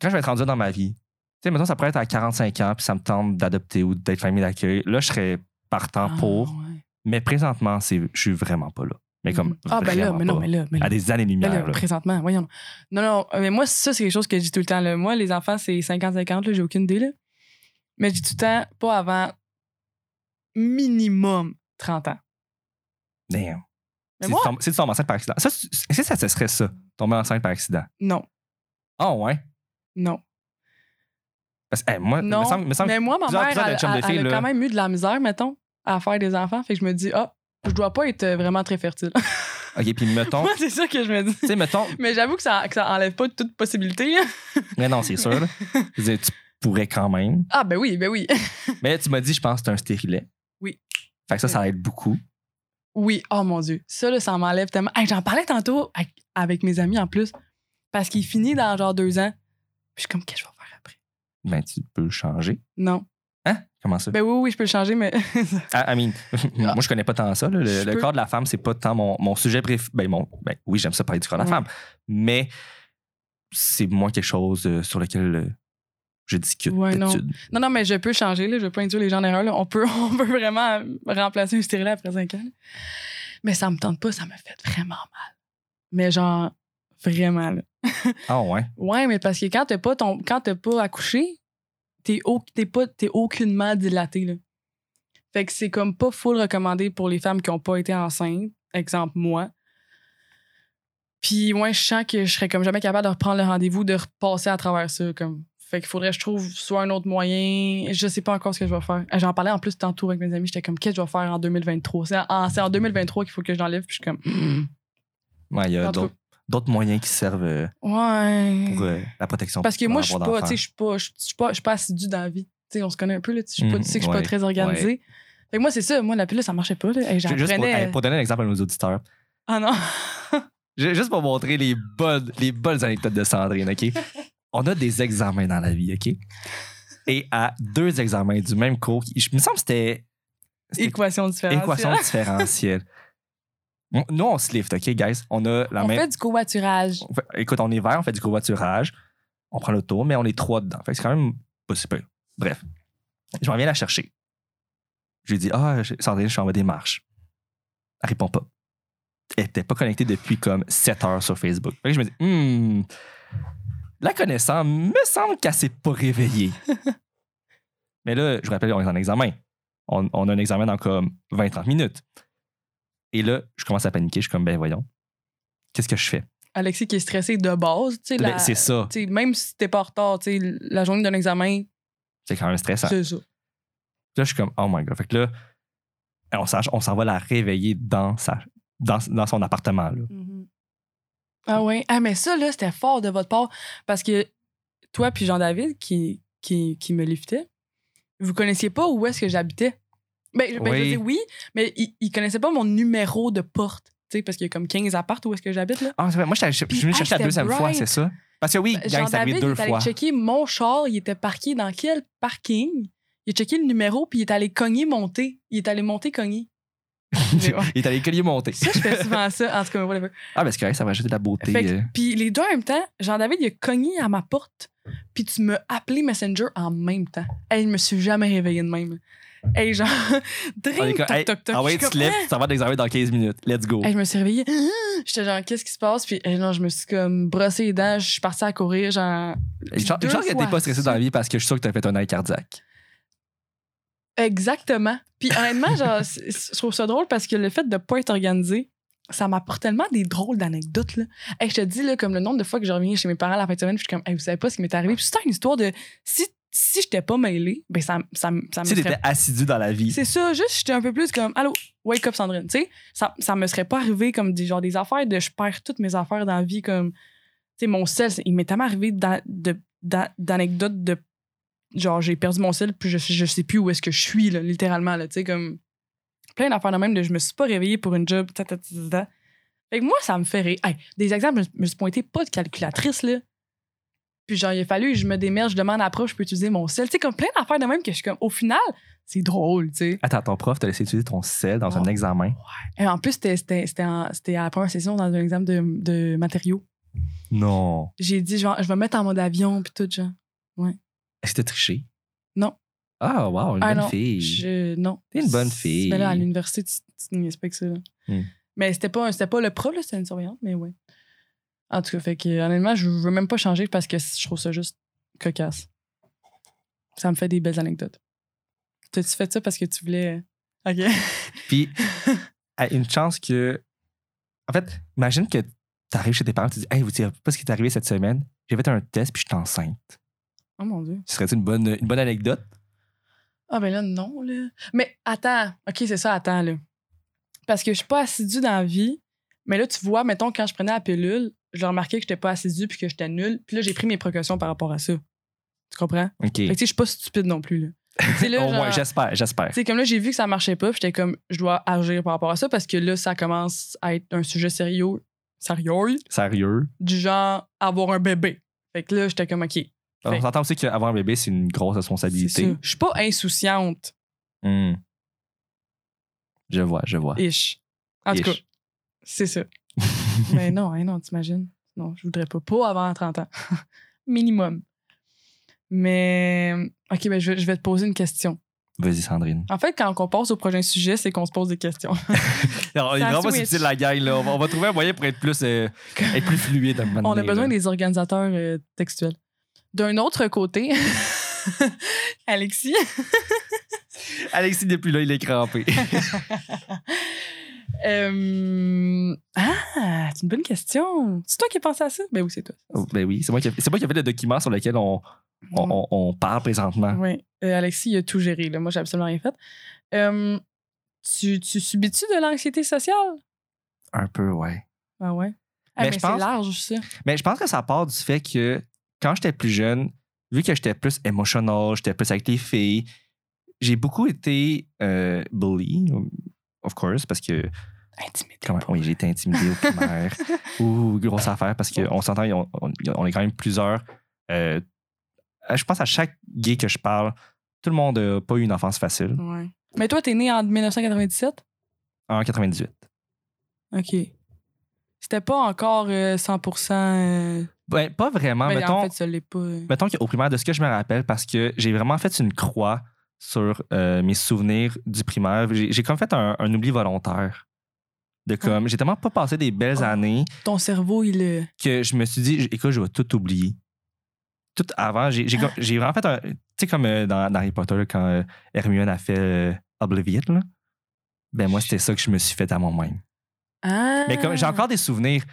S4: Quand je vais être rendu dans ma vie. Tu sais, mettons, ça pourrait être à 45 ans, puis ça me tente d'adopter ou d'être famille d'accueil. Là, je serais partant pour.
S5: Ah, ouais.
S4: Mais présentement, c'est... je suis vraiment pas là. Mais comme.
S5: Mhm. Ah, ben là,
S4: vraiment
S5: mais non,
S4: pas.
S5: mais là, mais là.
S4: À des
S5: Mais là,
S4: années-lumière. là.
S5: présentement, voyons. Non, non, mais moi, ça, c'est quelque chose que je dis tout le temps. là. Moi, les enfants, c'est 50-50, là, j'ai aucune idée. Là. Mais je dis tout le temps, pas avant minimum 30 ans.
S4: Damn.
S5: Mais
S4: Si
S5: moi,
S4: tu tombes- si tu tombes enceinte par accident. Ça, c'est- est-ce que ça, ce serait ça, tomber enceinte par accident.
S5: non,
S4: Ah, ouais.
S5: non,
S4: Parce que, hey, moi,
S5: non.
S4: me Euh, semble- me semble-
S5: mais moi, ma
S4: plusieurs-
S5: mère,
S4: plusieurs de
S5: elle,
S4: chums de
S5: elle-
S4: filles,
S5: elle
S4: là.
S5: a quand même eu de la misère, mettons, à faire des enfants. Fait que je me dis, ah, je dois pas être euh, vraiment très fertile.
S4: OK, puis mettons.
S5: moi, c'est ça que je me dis.
S4: tu sais, mettons.
S5: Mais j'avoue que ça, que ça enlève pas toute possibilité. là.
S4: Mais non, c'est sûr. là. Je veux dire, tu pourrais quand même.
S5: Ah, ben oui, ben oui.
S4: Mais tu m'as dit, je pense que c'est un stérilet.
S5: Oui.
S4: Fait que ça, ça aide beaucoup.
S5: Oui, oh mon Dieu. Ça, là, ça m'enlève tellement. Hey, J'en parlais tantôt avec- avec mes amis en plus, parce qu'il finit dans genre deux ans. Puis je suis comme, qu'est-ce que je vais faire après?
S4: Ben, tu peux le changer.
S5: Non.
S4: Hein? Comment ça?
S5: Ben oui, oui, je peux le changer, mais.
S4: Ah, I mean, moi, je connais pas tant ça. là. Le,
S5: Je
S4: le
S5: peux-
S4: corps de la femme, c'est pas tant mon, mon sujet préf... Ben, mon... ben, oui, j'aime ça parler du corps de la
S5: Ouais.
S4: femme, mais c'est moins quelque chose euh, sur lequel euh, je discute
S5: Ouais, non.
S4: d'habitude.
S5: non, non, mais je peux changer, là. Je veux pas induire les gens en erreur, là. On peut, on peut vraiment remplacer un stérilet après cinq ans. Mais ça me tente pas, ça me fait vraiment mal. Mais genre, vraiment, là.
S4: Ah, ouais.
S5: Ouais, mais parce que quand t'as pas, ton, quand t'as pas accouché, t'es, au, t'es, pas, t'es aucunement dilaté. Là. Fait que c'est comme pas full recommandé pour les femmes qui ont pas été enceintes, exemple moi. Puis ouais, je sens que je serais comme jamais capable de reprendre le rendez-vous, de repasser à travers ça. Comme. Fait qu'il faudrait que je trouve soit un autre moyen. Je sais pas encore ce que je vais faire. Euh, J'en parlais en plus tantôt avec mes amis. J'étais comme, qu'est-ce que je vais faire en 2023? C'est en, c'est en 2023 qu'il faut que je l'enlève. Puis je suis comme,
S4: Ouais, il y a
S5: En tout
S4: d'autres d'autres moyens qui servent euh,
S5: ouais.
S4: pour euh, la protection.
S5: Parce que
S4: pour
S5: moi, je suis
S4: avoir
S5: pas, tu
S4: d'enfants.
S5: sais, je suis pas, je suis pas, je suis pas assidue dans la vie. Tu sais, on se connaît un peu, là. Tu sais, je suis pas- tu sais que je suis
S4: Mhm, ouais,
S5: pas très organisée. Fait que moi, c'est ça. Moi, la pilule, ça marchait pas, là. Hey, J'en
S4: Juste pour,
S5: prenais- euh,
S4: hey, pour donner un exemple à nos auditeurs,
S5: Ah non.
S4: Ju- Juste pour montrer les bonnes, les bonnes anecdotes de Sandrine, OK? On a des examens dans la vie, OK? Et à deux examens du même cours, qui- je me semble que c'était C'était-
S5: Équation différente.
S4: équation différentielle. On- Nous, on se lift, OK, guys? On a la
S5: On
S4: même.
S5: fait du covoiturage.
S4: on fait- Écoute, on est vert, on fait du covoiturage, on prend l'auto, mais on est trois dedans. Fait que c'est quand même pas si pire. Bref, je m'en viens la chercher. Je lui dis Ah, je- Sandrine, je suis en mode démarche. Elle répond pas. Elle était pas connectée depuis comme 7 heures sur Facebook. Fait que je me dis Hmm, la connaissant, me semble qu'elle s'est pas réveillée. mais là, je vous rappelle, on est en examen. On, on a un examen dans comme 20-30 minutes. Et là, je commence à paniquer. Je suis comme, ben voyons, qu'est-ce que je fais?
S5: Alexis qui est stressé de base, tu sais.
S4: Ben,
S5: la-
S4: c'est ça.
S5: tu sais, même si t'es pas en retard, tu sais, la journée d'un examen,
S4: C'est quand même stressant.
S5: c'est ça.
S4: Puis Là, je suis comme, oh my god. Fait que là, on s'en, on s'en va la réveiller dans, sa, dans, dans son appartement. là.
S5: Ah oui. Ah, mais ça, là, c'était fort de votre part. Parce que toi puis Jean-David, qui, qui, qui me liftait, vous connaissiez pas où est-ce que j'habitais. Ben, je- ben, je
S4: Oui.
S5: veux dire oui, mais il, il connaissait pas mon numéro de porte. Tu sais, parce qu'il y a comme 15 appartes où est-ce que j'habite, là.
S4: Ah, c'est vrai. moi, j'étais- je je suis
S5: Puis,
S4: venu
S5: ah,
S4: chercher la
S5: c'était
S4: deuxième fois,
S5: bright.
S4: c'est ça? Parce que oui, gang, c'est
S5: Jean-David,
S4: arrivé
S5: il
S4: deux
S5: est allé
S4: fois.
S5: checker mon char, il était parqué dans quel parking. Il a checké le numéro, puis il est allé cogner, monter. Il est allé monter, cogner.
S4: Il est allé collier monter.
S5: Ça, je fais souvent ça. En tout cas, whatever.
S4: Ah, mais c'est correct, ça va ajouter de la beauté.
S5: Fait que-
S4: euh.
S5: Puis les deux en même temps, Jean-David, il a cogné à ma porte, puis tu m'as appelé Messenger en même temps. Hey, je me suis jamais réveillée de même. Hey, genre,
S4: On est
S5: drink,
S4: comme,
S5: toc,
S4: hey,
S5: toc, toc.
S4: ah ouais,
S5: Je suis
S4: tu te
S5: comme, hein?
S4: lèves, tu t'en vas dans les armées dans 15 minutes. Let's go.
S5: Hey, je me suis réveillée. J'étais genre, qu'est-ce qui se passe? Puis, hey, non, je me suis comme brossé les dents. Je suis partie à courir. Genre,
S4: Une chance une
S5: deux
S4: chance que t'es
S5: fois
S4: pas stressé dans la vie parce que je suis sûr que t'as fait un arrêt cardiaque.
S5: exactement. Puis, honnêtement, genre, c'est- c'est- je trouve ça drôle parce que le fait de pas être organisé, ça m'apporte tellement des drôles d'anecdotes. Là. Hey, je te dis, là, comme le nombre de fois que je reviens chez mes parents la fin de semaine, puis je suis comme, hey, vous savez pas ce qui m'est arrivé. Puis, c'est une histoire de si, si j'étais pas mêlée, ben, ça, ça, me- ça me
S4: Tu sais,
S5: serait
S4: t'étais assidu dans la vie.
S5: C'est ça, juste j'étais un peu plus comme Allô, wake up Sandrine. Tu sais, ça, ça me serait pas arrivé comme des, genre, des affaires de je perds toutes mes affaires dans la vie. Comme, tu sais, mon sel, c'est- il m'est tellement arrivé d'a- de- d'a- d'anecdotes de genre j'ai perdu mon sel, puis je, je sais plus où est-ce que je suis, là, littéralement. Là, tu sais, comme plein d'affaires de même de je me suis pas réveillée pour une job. Ta, ta, ta, ta, ta. Fait que moi, ça me fait rire. Hey, des exemples, je me- je me suis pointé pas de calculatrice, là. Puis genre, il a fallu que je me démerde, je demande à la prof, je peux utiliser mon sel. Tu sais, comme plein d'affaires de même que je suis comme, au final, c'est drôle, tu sais.
S4: Attends, ton prof t'a laissé utiliser ton sel dans un
S5: Oh.
S4: examen.
S5: Et en plus, c'était- c'était c'était en- c'était à la première session dans un exemple de, de matériaux.
S4: Non.
S5: J'ai dit, genre, je vais me mettre en mode avion, puis tout, genre.
S4: Est-ce que t'as triché?
S5: Non.
S4: Ah, wow, une
S5: Ah
S4: bonne
S5: non,
S4: fille.
S5: Je- non.
S4: T'es une bonne fille.
S5: Mais là, à l'université, tu, tu niaises pas que ça. là.
S4: Hmm.
S5: Mais c'était pas, un- c'était pas le prof, là, c'était une surveillante, mais ouais. En tout cas, fait que, honnêtement, je veux même pas changer parce que je trouve ça juste cocasse. Ça me fait des belles anecdotes. T'as-tu fait ça parce que tu voulais. euh, Ok.
S4: Puis, à une chance que. En fait, imagine que t'arrives chez tes parents, tu dis Hey, vous savez pas ce qui est arrivé cette semaine? J'ai fait un test, puis je suis enceinte.
S5: Oh mon dieu.
S4: Ce serait une bonne, une bonne anecdote?
S5: Ah, ben là, non, là. Mais attends, OK, c'est ça, attends, là. Parce que je suis pas assidue dans la vie, mais là, tu vois, mettons, quand je prenais la pilule, je remarquais que j'étais pas assidue puis que j'étais nulle. Puis là, j'ai pris mes précautions par rapport à ça. Tu comprends?
S4: OK.
S5: Fait que, tu sais, je suis pas stupide non plus, là. Tu sais, là,
S4: Au moins,
S5: genre,
S4: j'espère, j'espère.
S5: tu sais, comme là, j'ai vu que ça marchait pas, puis j'étais comme, je dois agir par rapport à ça parce que là, ça commence à être un sujet sérieux, sérieux,
S4: Sérieux.
S5: du genre avoir un bébé. Fait que là, j'étais comme, OK,
S4: On
S5: Fait-
S4: s'entend aussi qu'avoir un bébé, c'est une grosse
S5: c'est ça.
S4: responsabilité.
S5: Je suis pas insouciante,
S4: Hmm. Je vois, je vois.
S5: ish. En tout
S4: Ish.
S5: cas, c'est ça. Mais non, hein, non, t'imagines. Non, je voudrais pas. Pas avant 30 ans. Minimum. Mais, OK, ben, je, vais- je vais te poser une question.
S4: Vas-y, Sandrine.
S5: En fait, quand on passe au prochain sujet, c'est qu'on se pose des questions.
S4: Alors,
S5: Ça
S4: il est vraiment pas
S5: switch.
S4: subtil, la gang. Là. On, va, on va trouver un moyen pour être plus, euh, être plus fluide. à un moment
S5: on a
S4: donné,
S5: besoin
S4: là.
S5: des organisateurs euh, textuels. D'un autre côté, Alexis,
S4: Alexis, depuis là, il est crampé.
S5: euh, ah, c'est une bonne question. C'est toi qui as pensé à ça? Ben oui, c'est toi.
S4: Oh, ben oui, c'est moi, qui ai- c'est moi qui ai fait le document sur lequel on, on, on- on parle présentement.
S5: Oui. Euh, Alexis, il a tout géré. Là. Moi, j'ai absolument rien fait. Euh, tu, tu subis-tu de l'anxiété sociale?
S4: Un peu, ouais.
S5: Ah ouais? Ah,
S4: Mais
S5: mais
S4: je
S5: c'est
S4: pense-
S5: large, ça.
S4: Mais je pense que ça part du fait que quand j'étais plus jeune, vu que j'étais plus émotionnel, j'étais plus avec les filles, j'ai beaucoup été euh, bully, of course, parce que
S5: Intimidé.
S4: Comment- oui, j'ai été intimidé au primaire. Ouh, grosse affaire, parce qu'on s'entend, on, on- on est quand même plusieurs. Euh, je pense à chaque gay que je parle, tout le monde n'a pas eu une enfance facile.
S5: Ouais. Mais toi, t'es né en 1997?
S4: En 98.
S5: OK. C'était pas encore euh, 100%. euh,
S4: Ben, pas vraiment.
S5: ben,
S4: mettons
S5: En fait, ça l'est pas. euh.
S4: mettons qu'au primaire, de ce que je me rappelle, parce que j'ai vraiment fait une croix sur euh, mes souvenirs du primaire. J'ai j'ai comme fait un, un oubli volontaire. De comme, j'ai tellement pas passé des belles
S5: Oh.
S4: années
S5: Ton cerveau, il. euh,
S4: que je me suis dit, j- écoute, je vais tout oublier. Tout avant, j'ai j'ai comme- j'ai vraiment fait un. Tu sais, comme euh, dans, dans Harry Potter, là, quand euh, Hermione a fait euh, Obliviate, là. Ben, moi, c'était ça que je me suis fait à moi-même.
S5: Ah!
S4: Mais comme j'ai encore des souvenirs.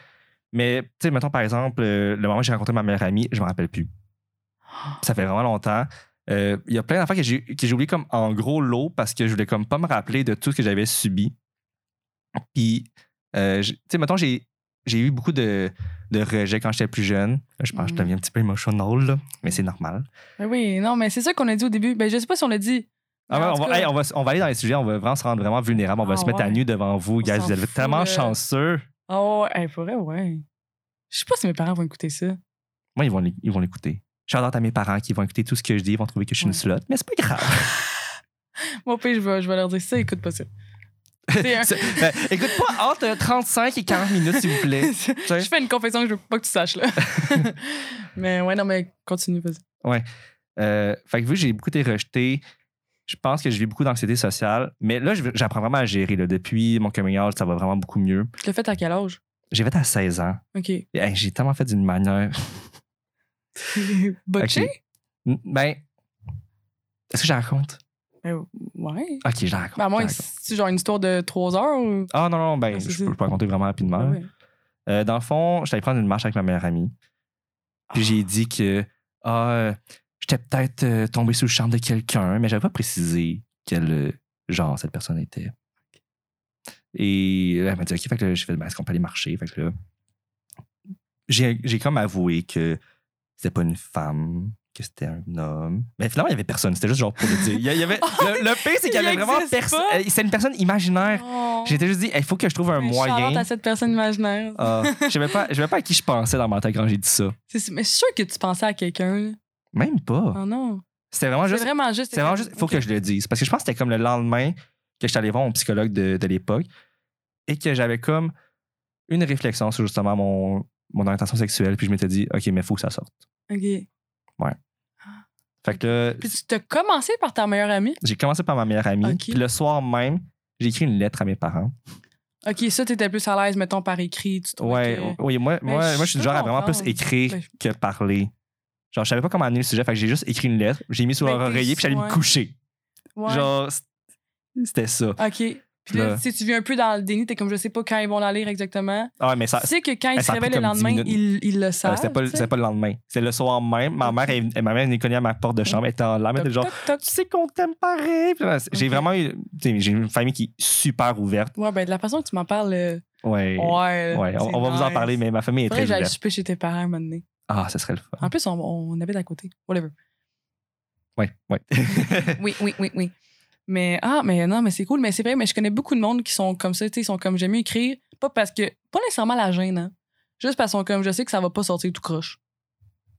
S4: Mais, tu sais, mettons, par exemple, euh, le moment où j'ai rencontré ma meilleure amie, je me rappelle plus. Ça fait vraiment longtemps. Euh, Il y a plein d'affaires que j'ai que j'ai oublié comme en gros lot parce que je voulais comme pas me rappeler de tout ce que j'avais subi. Puis, euh, j- tu sais, mettons, j'ai j'ai eu beaucoup de, de rejets quand j'étais plus jeune. Là, je pense que je
S5: Mm.
S4: deviens un petit peu émotionnel, là, mais c'est normal.
S5: Ben oui, non, mais c'est ça qu'on a dit au début. Ben, je sais pas si on l'a dit.
S4: Ah ouais,
S5: Mais en
S4: on,
S5: tout
S4: va,
S5: cas-
S4: hey, on va s- on va aller dans les sujets, on va vraiment se rendre vraiment vulnérable, on va
S5: Ah
S4: se mettre à
S5: ouais.
S4: nu devant vous, guys.
S5: s'en
S4: Vous êtes
S5: fout,
S4: tellement
S5: euh.
S4: chanceux.
S5: Oh, ouais, hey, pour vrai, ouais. Je sais pas si mes parents vont écouter ça.
S4: Moi, ils vont l'é- ils vont l'écouter. J'adore à mes parents qui vont écouter tout ce que je dis, ils vont trouver que je suis une
S5: Ouais.
S4: slotte, mais c'est pas grave.
S5: Moi, puis je vais, je vais leur dire ça, écoute pas ça. C'est un-
S4: C'est- euh, écoute pas entre 35 et 40 minutes, s'il vous plaît.
S5: je
S4: Tu sais?
S5: fais une confession que je veux pas que tu saches, là. mais ouais, non, mais continue, vas-y.
S4: Euh, fait que vu que j'ai beaucoup été rejeté, je pense que je vis beaucoup d'anxiété sociale, mais là, je- j'apprends vraiment à gérer. là. Depuis mon coming out, ça va vraiment beaucoup mieux.
S5: Tu l'as fait à quel âge?
S4: J'ai fait à 16 ans.
S5: OK.
S4: Et, hey, j'ai tellement fait d'une manière.
S5: Botché?
S4: Ok. N- Ben, est-ce que je la raconte?
S5: Ben, ouais.
S4: Ok, je la raconte.
S5: Ben, à
S4: je
S5: moins
S4: la
S5: que
S4: raconte.
S5: c'est genre une histoire de trois heures ou.
S4: Ah non, non, ben,
S5: Ah, c'est
S4: je
S5: ça.
S4: peux, je peux raconter vraiment rapidement.
S5: Ah ouais.
S4: Euh, dans le fond, j'étais allé prendre une marche avec ma meilleure amie. Puis j'ai dit que ah, euh, j'étais peut-être euh, tombé sous le charme de quelqu'un, mais j'avais pas précisé quel euh, genre cette personne était. Et là, elle m'a dit OK, fait que là, j'ai fait ben, est-ce qu'on peut aller marcher? Fait que là, j'ai j'ai comme avoué que c'était pas une femme, que c'était un homme. Mais finalement, il y avait personne. C'était juste genre pour le dire. Il y a- il y avait, le, le pire, c'est qu'il y
S5: Il
S4: avait vraiment
S5: existe
S4: personne.
S5: pas.
S4: C'était une personne imaginaire.
S5: Oh.
S4: J'étais juste Eh, dit, il faut que je trouve un
S5: Ben,
S4: moyen.
S5: shout-out à cette personne imaginaire.
S4: Ah, je savais pas, je savais pas à qui je pensais dans ma tête quand j'ai dit ça.
S5: C'est- Mais je suis sûre que tu pensais à quelqu'un. là.
S4: Même pas.
S5: Oh non.
S4: C'était vraiment
S5: C'est
S4: Ah. juste.
S5: vraiment juste.
S4: C'était vraiment juste. Faut que je le dise. Parce que je pense que c'était comme le lendemain que j'étais allé voir mon psychologue de, de l'époque et que j'avais comme une réflexion sur justement mon, mon orientation sexuelle. Puis je m'étais dit, OK, mais faut que ça sorte.
S5: OK.
S4: Fait que là,
S5: Puis tu t'as commencé par ta meilleure amie.
S4: j'ai commencé par ma meilleure amie.
S5: Ok.
S4: Puis le soir même, j'ai écrit une lettre à mes parents.
S5: OK, ça, t'étais plus à l'aise, mettons, par écrit. Tu trouvais
S4: Ouais,
S5: que-
S4: oui, moi,
S5: Mais
S4: moi,
S5: Ben, je
S4: moi, je suis
S5: peux
S4: du genre à vraiment plus
S5: comprendre.
S4: écrire
S5: Ben, je-
S4: que parler. Genre, je savais pas comment amener le sujet, fait que j'ai juste écrit une lettre, j'ai mis sur
S5: Ben,
S4: un
S5: t'es-
S4: oreiller, puis j'allais me
S5: ouais.
S4: coucher.
S5: Ouais.
S4: Genre, c- c'était ça.
S5: OK. Puis là,
S4: Là.
S5: si tu viens un peu dans le déni, t'es comme je sais pas quand ils vont la lire exactement.
S4: Ah, ouais, mais ça.
S5: tu sais que quand
S4: ça
S5: ils
S4: a
S5: se
S4: pris
S5: réveillent le
S4: comme dix
S5: lendemain,
S4: minutes.
S5: ils, ils le
S4: euh,
S5: savent.
S4: C'était pas, le-
S5: tu sais.
S4: c'était pas le lendemain. C'est le soir même. Ma mère, elle, elle- ma mère elle venait cogner à ma porte de chambre. Elle était en larmes. Elle était genre,
S5: Toc, toc,
S4: tu sais qu'on t'aime pareil. Puis là, c'est- J'ai
S5: Ok.
S4: vraiment eu. tu sais, J'ai une famille qui est super ouverte.
S5: toc. Ouais, ben, de la façon que tu m'en parles, euh,
S4: Ouais.
S5: ouais.
S4: Ouais, on, on va vous en parler, mais ma famille est
S5: Faudrait
S4: très
S5: que j'aille
S4: ouverte.
S5: souper chez tes parents un moment donné.
S4: Ah, ça serait le fun.
S5: En plus, on, on habite à côté. Whatever.
S4: Ouais, ouais.
S5: Oui, oui, oui, oui. Mais, ah, mais non, mais c'est cool. Mais c'est vrai, mais je connais beaucoup de monde qui sont comme ça. Tu sais, ils sont comme, j'aime mieux écrire. Pas parce que, pas nécessairement la gêne, hein. Juste parce qu'on comme, je sais que ça va pas sortir tout croche.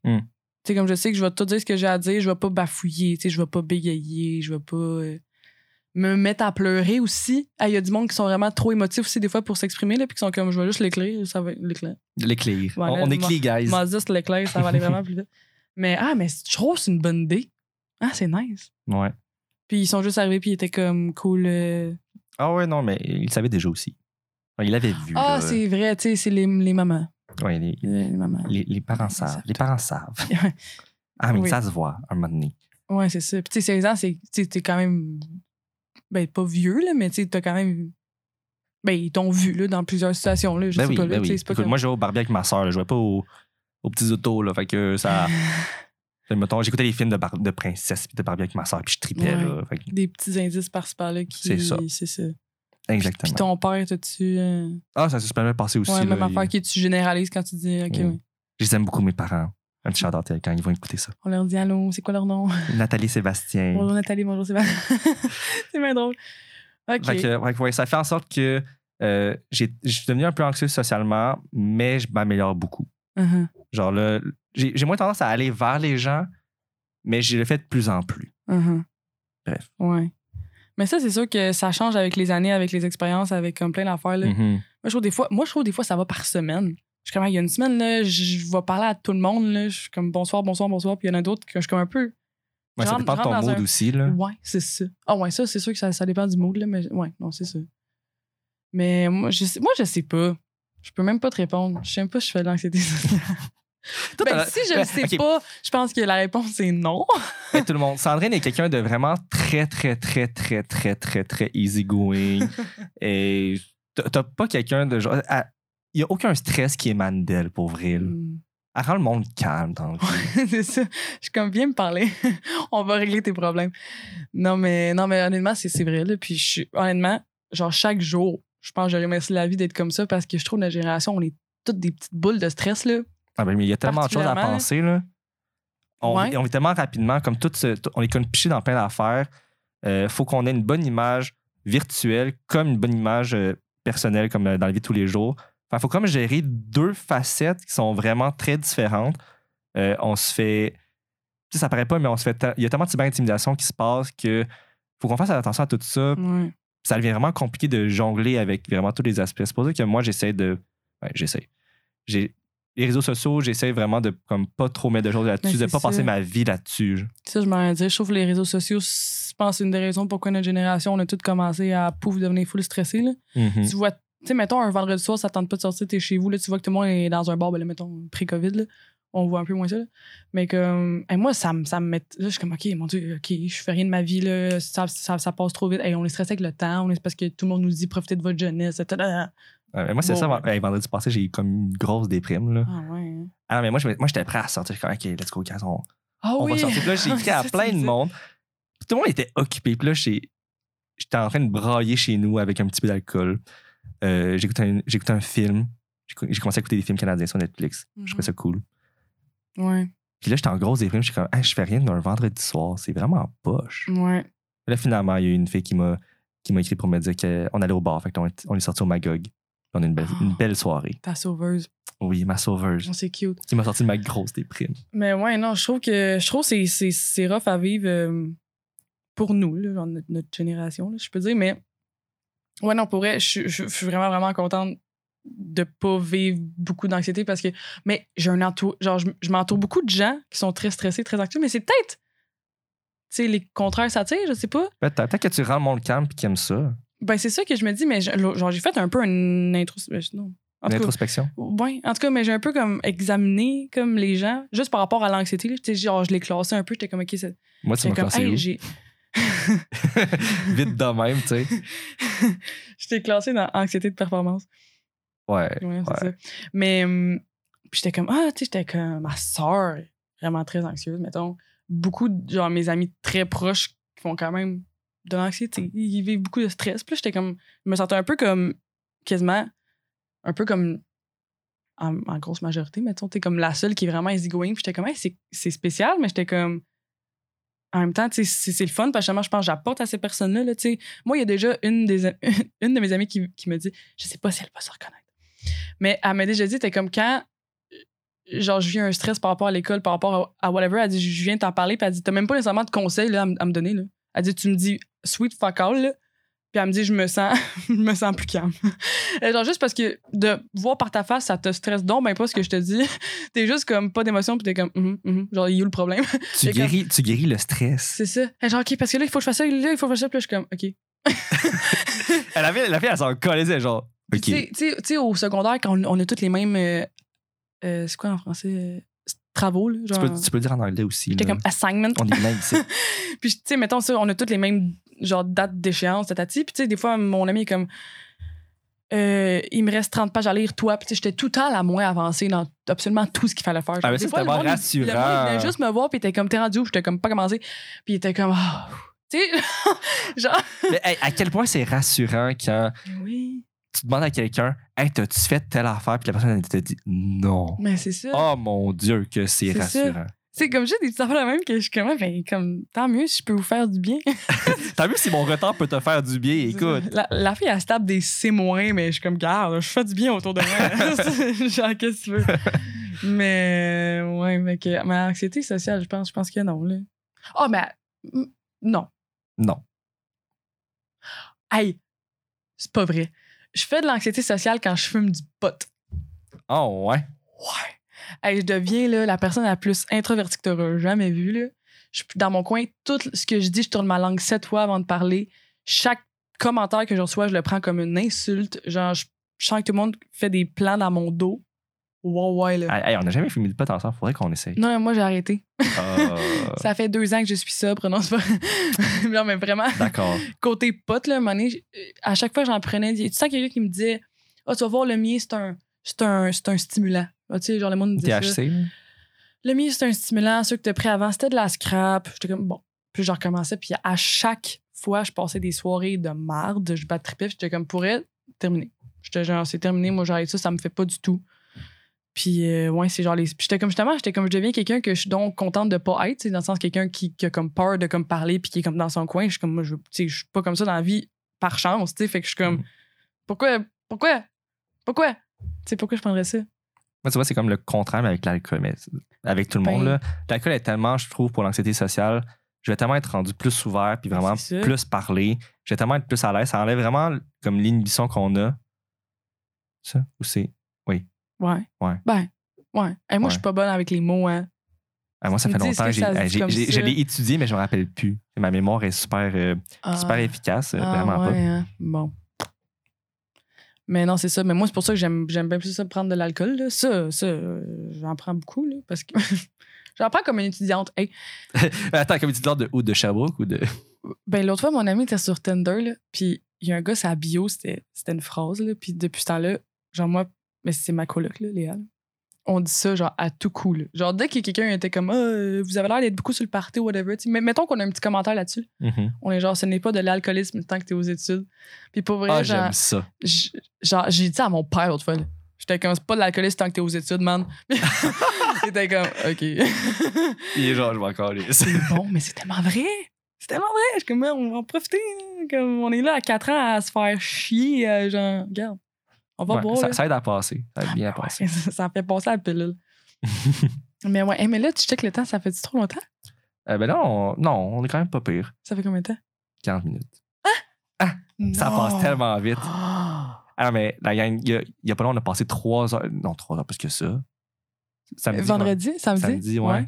S4: Hmm.
S5: Tu sais, comme je sais que je vais tout dire ce que j'ai à dire, je vais pas bafouiller, tu sais, je vais pas bégayer, je vais pas euh, me mettre à pleurer aussi. Ah, Il y a du monde qui sont vraiment trop émotifs aussi, des fois, pour s'exprimer, là, puis qui sont comme, je vais juste l'écrire, ça va être l'écrire.
S4: L'éclair.
S5: Voilà,
S4: on on est
S5: moi-
S4: clés, guys.
S5: M'a dit, c'est l'éclair, ça va aller vraiment plus vite. Mais, ah, mais je trouve que c'est une bonne idée. Ah, c'est nice.
S4: Ouais.
S5: Puis ils sont juste arrivés, puis ils étaient comme cool. euh,
S4: Ah, ouais, non, mais il savait déjà aussi. Enfin, Il l'avait vu.
S5: Ah,
S4: là.
S5: c'est vrai, tu sais, c'est les, les mamans.
S4: Ouais, les,
S5: Les, les mamans.
S4: les- les parents
S5: Exact.
S4: savent. Les parents savent. Ah, mais
S5: Oui.
S4: ça se voit, un moment donné.
S5: Ouais, c'est ça. Puis, tu sais, 16 ans, c'est- tu sais, t'es quand même. Ben, pas vieux, là, mais tu sais, t'as quand même. Ben, ils t'ont vu, là, dans plusieurs situations, là. Je
S4: Ben
S5: sais
S4: oui,
S5: pas, là.
S4: ben
S5: tu
S4: oui.
S5: sais, c'est pas
S4: Écoute,
S5: comme-
S4: Moi, je jouais au Barbie avec ma soeur. Je jouais pas au- aux petits autos. Là, fait que ça. Fait, mettons, j'écoutais les films de, Bar- de princesse puis de Barbie avec ma soeur, puis je tripais.
S5: Ouais.
S4: Là, fait que-
S5: Des petits indices par-ci par-là qui.
S4: C'est ça.
S5: C'est ça. Puis
S4: exactement.
S5: ton père, t'as-tu. euh,
S4: Ah, ça s'est super bien passé aussi.
S5: Ouais,
S4: là. Oh.
S5: même affaire que tu généralises quand tu dis, OK,
S4: Oui.
S5: oui.
S4: Je les aime beaucoup, mes parents. Un petit shout-out euh, quand ils vont écouter ça.
S5: on leur dit allô, c'est quoi leur
S4: Oh.
S5: nom?
S4: Nathalie Sébastien.
S5: Bonjour Nathalie, bonjour Sébastien. c'est bien drôle. OK.
S4: Fait que, fait que, ouais, ça fait en sorte que euh, j'ai- je suis devenu un peu anxieux socialement, mais je m'améliore beaucoup.
S5: Uh-huh,
S4: Genre là, j'ai j'ai moins tendance à aller vers les gens, mais je le fais de plus en plus.
S5: uh-huh.
S4: Bref.
S5: Ouais. Mais ça, c'est sûr que ça change avec les années, avec les expériences, avec comme plein d'affaires. là.
S4: Mhm.
S5: Moi, je trouve des fois, moi, je trouve des fois, ça va par semaine. Je suis comme, Ah, il y a une semaine, là, je je vais parler à tout le monde. Là. Je suis comme, bonsoir, bonsoir, bonsoir. Puis il y en a d'autres que je suis comme un peu.
S4: Ouais, ça
S5: Rentre-
S4: dépend de ton
S5: rentre dans
S4: mood
S5: un-
S4: aussi. Là.
S5: Ouais, c'est ça. Ah, ouais, ça, c'est sûr que ça, ça dépend du mood, là, mais ouais, non, c'est ça. Mais moi, je sais, moi, je sais pas. Je peux même pas te répondre. Je sais même pas si je fais de l'anxiété sociale.
S4: Toi,
S5: Ben,
S4: t'as-
S5: si je le sais
S4: Ok,
S5: pas, je pense que la réponse est non.
S4: Mais tout le monde. Sandrine est quelqu'un de vraiment très, très, très, très, très, très, très easygoing. Et t'as t'as pas quelqu'un de genre. elle- Il y a aucun stress qui émane d'elle, pour vrai.
S5: Mm.
S4: là. Elle rend le monde calme dans le
S5: c'est ça. Je suis comme, viens me parler. On va régler tes problèmes. Non, mais, non, mais honnêtement, c'est c'est vrai. Là. Puis, je suis- honnêtement, genre, chaque jour, je pense que je remercie la vie d'être comme ça parce que je trouve notre génération, on est toutes des petites boules de stress. Là.
S4: Ah ben, mais il y a tellement de choses à
S5: Particulièrement,
S4: penser, là. On,
S5: Ouais.
S4: on est tellement rapidement, comme tout ce- tout- on est comme piché dans plein d'affaires. Euh, faut qu'on ait une bonne image virtuelle comme une bonne image euh, personnelle, comme euh, dans la vie de tous les jours. Il faut comme gérer deux facettes qui sont vraiment très différentes. Euh, on se fait. tu sais, ça paraît pas, mais on se fait. ta- Il y a tellement de cyberintimidation qui se passe que faut qu'on fasse attention à tout ça
S5: Ouais.
S4: ça devient vraiment compliqué de jongler avec vraiment tous les aspects. C'est pour ça que moi, j'essaie de. Ouais, j'essaie. J'ai les réseaux sociaux, j'essaie vraiment de comme pas trop mettre de choses là-dessus,
S5: Mais
S4: de
S5: c'est
S4: pas passer
S5: ça.
S4: ma vie là-dessus. genre.
S5: Ça, je m'en ai dit. Je trouve que les réseaux sociaux, je pense, c'est une des raisons pourquoi notre génération, on a toutes commencé à pouf devenir full stressé. Là.
S4: Mhm.
S5: Tu vois, tu sais, mettons un vendredi soir, ça te tente pas de sortir, t'es chez vous, là, tu vois que tout le monde est dans un bar, ben là, mettons, pré-COVID, là, on voit un peu moins ça. là. Mais comme, hey, moi, ça me ça me met. Là, je suis comme, OK, mon Dieu, OK, je fais rien de ma vie, là, ça, ça, ça passe trop vite. Hey, on est stressé avec le temps, on est parce que tout le monde nous dit profitez de votre jeunesse, etc.
S4: Ouais, mais moi, c'est
S5: Bon,
S4: ça.
S5: ouais.
S4: hey, vendredi passé, j'ai eu comme une grosse déprime. Là.
S5: Ah ouais. hein.
S4: Ah, mais moi, je me- moi, j'étais prêt à sortir. Je suis comme, OK, let's go, guys, on,
S5: Ah
S4: on
S5: oui.
S4: va sortir. Puis là, j'ai écrit à
S5: Ça, tu
S4: plein
S5: me
S4: de
S5: dis.
S4: monde. Puis tout le monde était occupé. Puis là, j'ai- j'étais en train de brailler chez nous avec un petit peu d'alcool. Euh, J'écoutais un, j'écoutais un film. J'ai j'ai commencé à écouter des films canadiens sur Netflix. Je trouvais ça cool.
S5: Mm-hmm. Ouais,
S4: Puis là, j'étais en grosse déprime. Je suis comme, Hey, je fais rien d'un vendredi soir. C'est vraiment poche.
S5: ouais.
S4: Là, finalement, il y a eu une fille qui m'a qui m'a écrit pour me dire qu'on allait au bar. Fait qu'on est- on est sorti au Magog. Puis On a eu une belle,
S5: Oh.
S4: une belle soirée.
S5: Ta sauveuse.
S4: Oui, ma sauveuse.
S5: Oh, C'est cute.
S4: Qui m'a sorti de ma grosse déprime.
S5: Mais ouais, non, je trouve que je trouve que c'est- c'est c'est rough à vivre euh, pour nous, là, genre notre, notre génération, là, je peux dire, mais ouais, non, pour vrai, je, je- je suis vraiment, vraiment contente de pas vivre beaucoup d'anxiété parce que, mais j'ai un entour, genre, je, m- je m'entoure beaucoup de gens qui sont très stressés, très anxieux, mais c'est peut-être, tu sais, les contraires s'attirent, je sais pas.
S4: Peut-être peut-être que tu rends mon camp et qu'il aime ça.
S5: Ben, c'est ça que je me dis, mais je- genre, j'ai fait un peu une intro. Non. En tout cas,
S4: L'introspection.
S5: Ouais, en tout cas, mais j'ai un peu comme examiné comme les gens, juste par rapport à l'anxiété. là. Tu sais, genre, je l'ai classé un peu, j'étais comme, OK, c'est
S4: Moi, tu
S5: j'étais
S4: m'as
S5: comme,
S4: classé
S5: hey,
S4: où?
S5: j'ai-
S4: Vite de même, tu sais.
S5: j'étais classé dans anxiété de performance.
S4: Ouais.
S5: Ouais, c'est ça. Mais, hum, puis j'étais comme, ah, tu sais, j'étais comme, ma soeur est vraiment très anxieuse, mettons. Beaucoup de, genre, mes amis très proches qui font quand même de l'anxiété, ils vivent beaucoup de stress. Puis là, j'étais comme, je me sentais un peu comme, quasiment, un peu comme, en, en grosse majorité, mettons, t'es comme la seule qui est vraiment easygoing. Puis j'étais comme, Hey, c'est- c'est spécial, mais j'étais comme, en même temps, tu sais, c'est c'est le fun, parce que justement, je pense que j'apporte à ces personnes-là. là, tu sais. Moi, il y a déjà une, des, une de mes amies qui, qui me dit, je sais pas si elle va se reconnaître. Mais elle m'a déjà dit, t'es comme quand, genre, je vis un stress par rapport à l'école, par rapport à, à whatever, elle dit, je viens t'en parler, puis elle dit, t'as même pas nécessairement de conseils là, à, me- à me donner. Là. Elle dit, tu me dis, sweet fuck all, là. puis elle me dit, je me sens, je me sens plus calme. Et genre, juste parce que de voir par ta face, ça te stresse donc, ben pas ce que je te dis. T'es juste comme pas d'émotion, puis t'es comme, Mhm, mhm. genre, il est où le problème?
S4: Tu
S5: Et comme-
S4: guéris, tu guéris le stress.
S5: C'est ça. Et genre, OK, parce que là, il faut que je fasse ça, là, il faut que je fasse ça, puis là, je suis comme, OK.
S4: Elle avait, la fille, elle s'en collait, elle, genre.
S5: Puis
S4: OK.
S5: Tu sais- tu sais- tu sais, au secondaire, quand on, on a toutes les mêmes. euh, euh, c'est quoi en français? euh, travaux, là,
S4: Tu
S5: genre.
S4: peux, tu peux le dire en anglais aussi.
S5: J'étais
S4: là.
S5: comme assignment.
S4: On est bilingue ici.
S5: Puis, tu sais, mettons ça, on a toutes les mêmes genre dates d'échéance, tatati. Puis, tu sais, des fois, mon ami est comme. euh, il me reste 30 pages à lire, toi. Puis, tu sais, j'étais tout le temps la moins avancée dans absolument tout ce qu'il fallait faire.
S4: Ah, mais
S5: Des
S4: ça,
S5: fois,
S4: c'est vraiment
S5: le monde, il- Le monde, il venait
S4: rassurant.
S5: juste me voir, puis il était comme, t'es rendu où? Puis J'étais comme, pas commencé. Puis, il était comme, Ah, tu sais, genre.
S4: Mais hey, à quel point c'est rassurant quand
S5: Oui.
S4: tu demandes à quelqu'un, Hey, t'as-tu fait telle affaire? Puis la personne, elle te dit non.
S5: Mais c'est ça.
S4: Oh mon Dieu, que c'est
S5: C'est ça.
S4: rassurant.
S5: C'est comme juste des petites affaires de même que je suis comme, Ah, ben, comme, tant mieux si je peux vous faire du bien.
S4: T'as vu si mon retard peut te faire du bien? Écoute.
S5: La, la fille, elle se tape des C-, mais je suis comme, garde, je fais du bien autour de moi. Genre, qu'est-ce que tu veux? mais, ouais, mais que, mais anxiété sociale, je pense, je pense que non, là. Ah, oh, mais, mm, non.
S4: Non.
S5: Hey, c'est pas vrai. Je fais de l'anxiété sociale quand je fume du pot.
S4: Oh, ouais.
S5: Ouais. Hey, je deviens là, la personne la plus introvertie que tu auras jamais vue. Là. Je suis dans mon coin, tout ce que je dis, je tourne ma langue sept fois avant de parler. Chaque commentaire que je reçois, je le prends comme une insulte. Genre, je, je sens que tout le monde fait des plans dans mon dos. Ouais, ouais, là.
S4: Hey, hey, on n'a jamais fumé de pot ensemble. Faudrait qu'on essaye.
S5: Non, non, moi, j'ai arrêté.
S4: Ah,
S5: Ça fait deux ans que je suis sobre. Non, c'est pas... non, mais vraiment
S4: D'accord.
S5: côté pote, là, à un moment donné, j- euh, à chaque fois, j'en prenais. Tu sais, quelqu'un qui me disait Ah, tu vas voir, le mien, c'est un, c'est un, c'est un stimulant. Ah, tu sais, genre, le monde me disait ça.
S4: THC. là.
S5: Le mien, c'est un stimulant. Ceux que t'as pris avant, c'était de la scrap. J'étais comme Bon. Puis je recommençais. Puis à chaque fois, je passais des soirées de marde. Je battais puis J'étais comme Pour elle, terminé. J'étais genre, c'est terminé. Moi, j'arrête ça. Ça me fait pas du tout. Puis, euh, ouais, c'est genre les. Puis j'étais comme justement, j'étais comme, je deviens quelqu'un que je suis donc contente de pas être, tu sais, dans le sens quelqu'un qui, qui a comme peur de comme parler puis qui est comme dans son coin. Je suis comme, moi, je, tu sais, je suis pas comme ça dans la vie par chance, tu sais. Fait que je suis comme,
S4: Mm.
S5: pourquoi, pourquoi, pourquoi, tu sais, pourquoi je prendrais ça?
S4: Moi, tu vois, c'est comme le contraire mais avec l'alcool. Mais avec tout le
S5: Ben.
S4: monde, là. l'alcool est tellement, je trouve, pour l'anxiété sociale, je vais tellement être rendu plus ouvert, puis vraiment
S5: Ben, C'est ça.
S4: plus parler. Je vais tellement être plus à l'aise. Ça enlève vraiment comme l'inhibition qu'on a. Ça, ou c'est.
S5: Ouais.
S4: Ouais.
S5: Ben, Ouais. Hey, moi, je
S4: Ouais.
S5: suis pas bonne avec les mots. Hein.
S4: Ah, moi, ça
S5: Ils
S4: fait
S5: me disent
S4: longtemps que
S5: que
S4: j'ai-
S5: ça se dit
S4: hey, j'ai-
S5: comme
S4: j'ai- je
S5: ça.
S4: l'ai étudié, mais je me rappelle plus. Ma mémoire est super, euh, super
S5: Ah.
S4: efficace, euh,
S5: Ah,
S4: vraiment
S5: ouais, hein. Bon. Mais non, c'est ça. Mais moi, c'est pour ça que j'aime j'aime bien plus ça prendre de l'alcool. là. Ça, ça euh, j'en prends beaucoup. Là, parce que j'en prends comme une étudiante. Hey,
S4: pas. Attends, comme tu dis de l'ordre de, ou de Sherbrooke ou de.
S5: Ben, l'autre fois, mon ami était sur Tinder, là, puis il y a un gars, sa bio, c'était c'était une phrase, là, puis depuis ce temps-là, genre moi, mais c'est ma coloc, là, Léa, là. on dit ça, genre, à tout coup, là. Genre, dès que quelqu'un était comme, Ah, euh, vous avez l'air d'être beaucoup sur le party, whatever, tu sais, mais mettons qu'on a un petit commentaire là-dessus,
S4: Mhm.
S5: on est genre, ce n'est pas de l'alcoolisme tant que t'es aux études. Puis pour vrai,
S4: Ah,
S5: genre,
S4: j'aime ça.
S5: j- genre, j'ai dit à mon père l'autre fois, là, j'étais comme, c'est pas de l'alcoolisme tant que t'es aux études, man. Il était comme, OK.
S4: Il est genre, je vais encore les.
S5: c'est bon, mais c'est tellement vrai. C'est tellement vrai. Je suis comme, on va en profiter. hein. Comme, on est là à 4 ans à se faire chier. euh, genre, regarde, on va
S4: Ouais,
S5: boire.
S4: ça,
S5: là.
S4: ça aide à passer. Ça aide bien à passer.
S5: Ouais, ça, ça fait passer la pilule. mais ouais, Hey, mais là, tu checkes le temps, ça fait-tu trop longtemps?
S4: Euh, ben là, on... non, on est quand même pas pire.
S5: Ça fait combien de temps?
S4: 40 minutes. Ça passe tellement vite.
S5: Oh.
S4: Ah, mais la gang, il y a, il y a pas long, on a passé 3 heures. Non, 3 heures, plus que ça. Samedi,
S5: Vendredi,
S4: ouais.
S5: samedi?
S4: Samedi, ouais.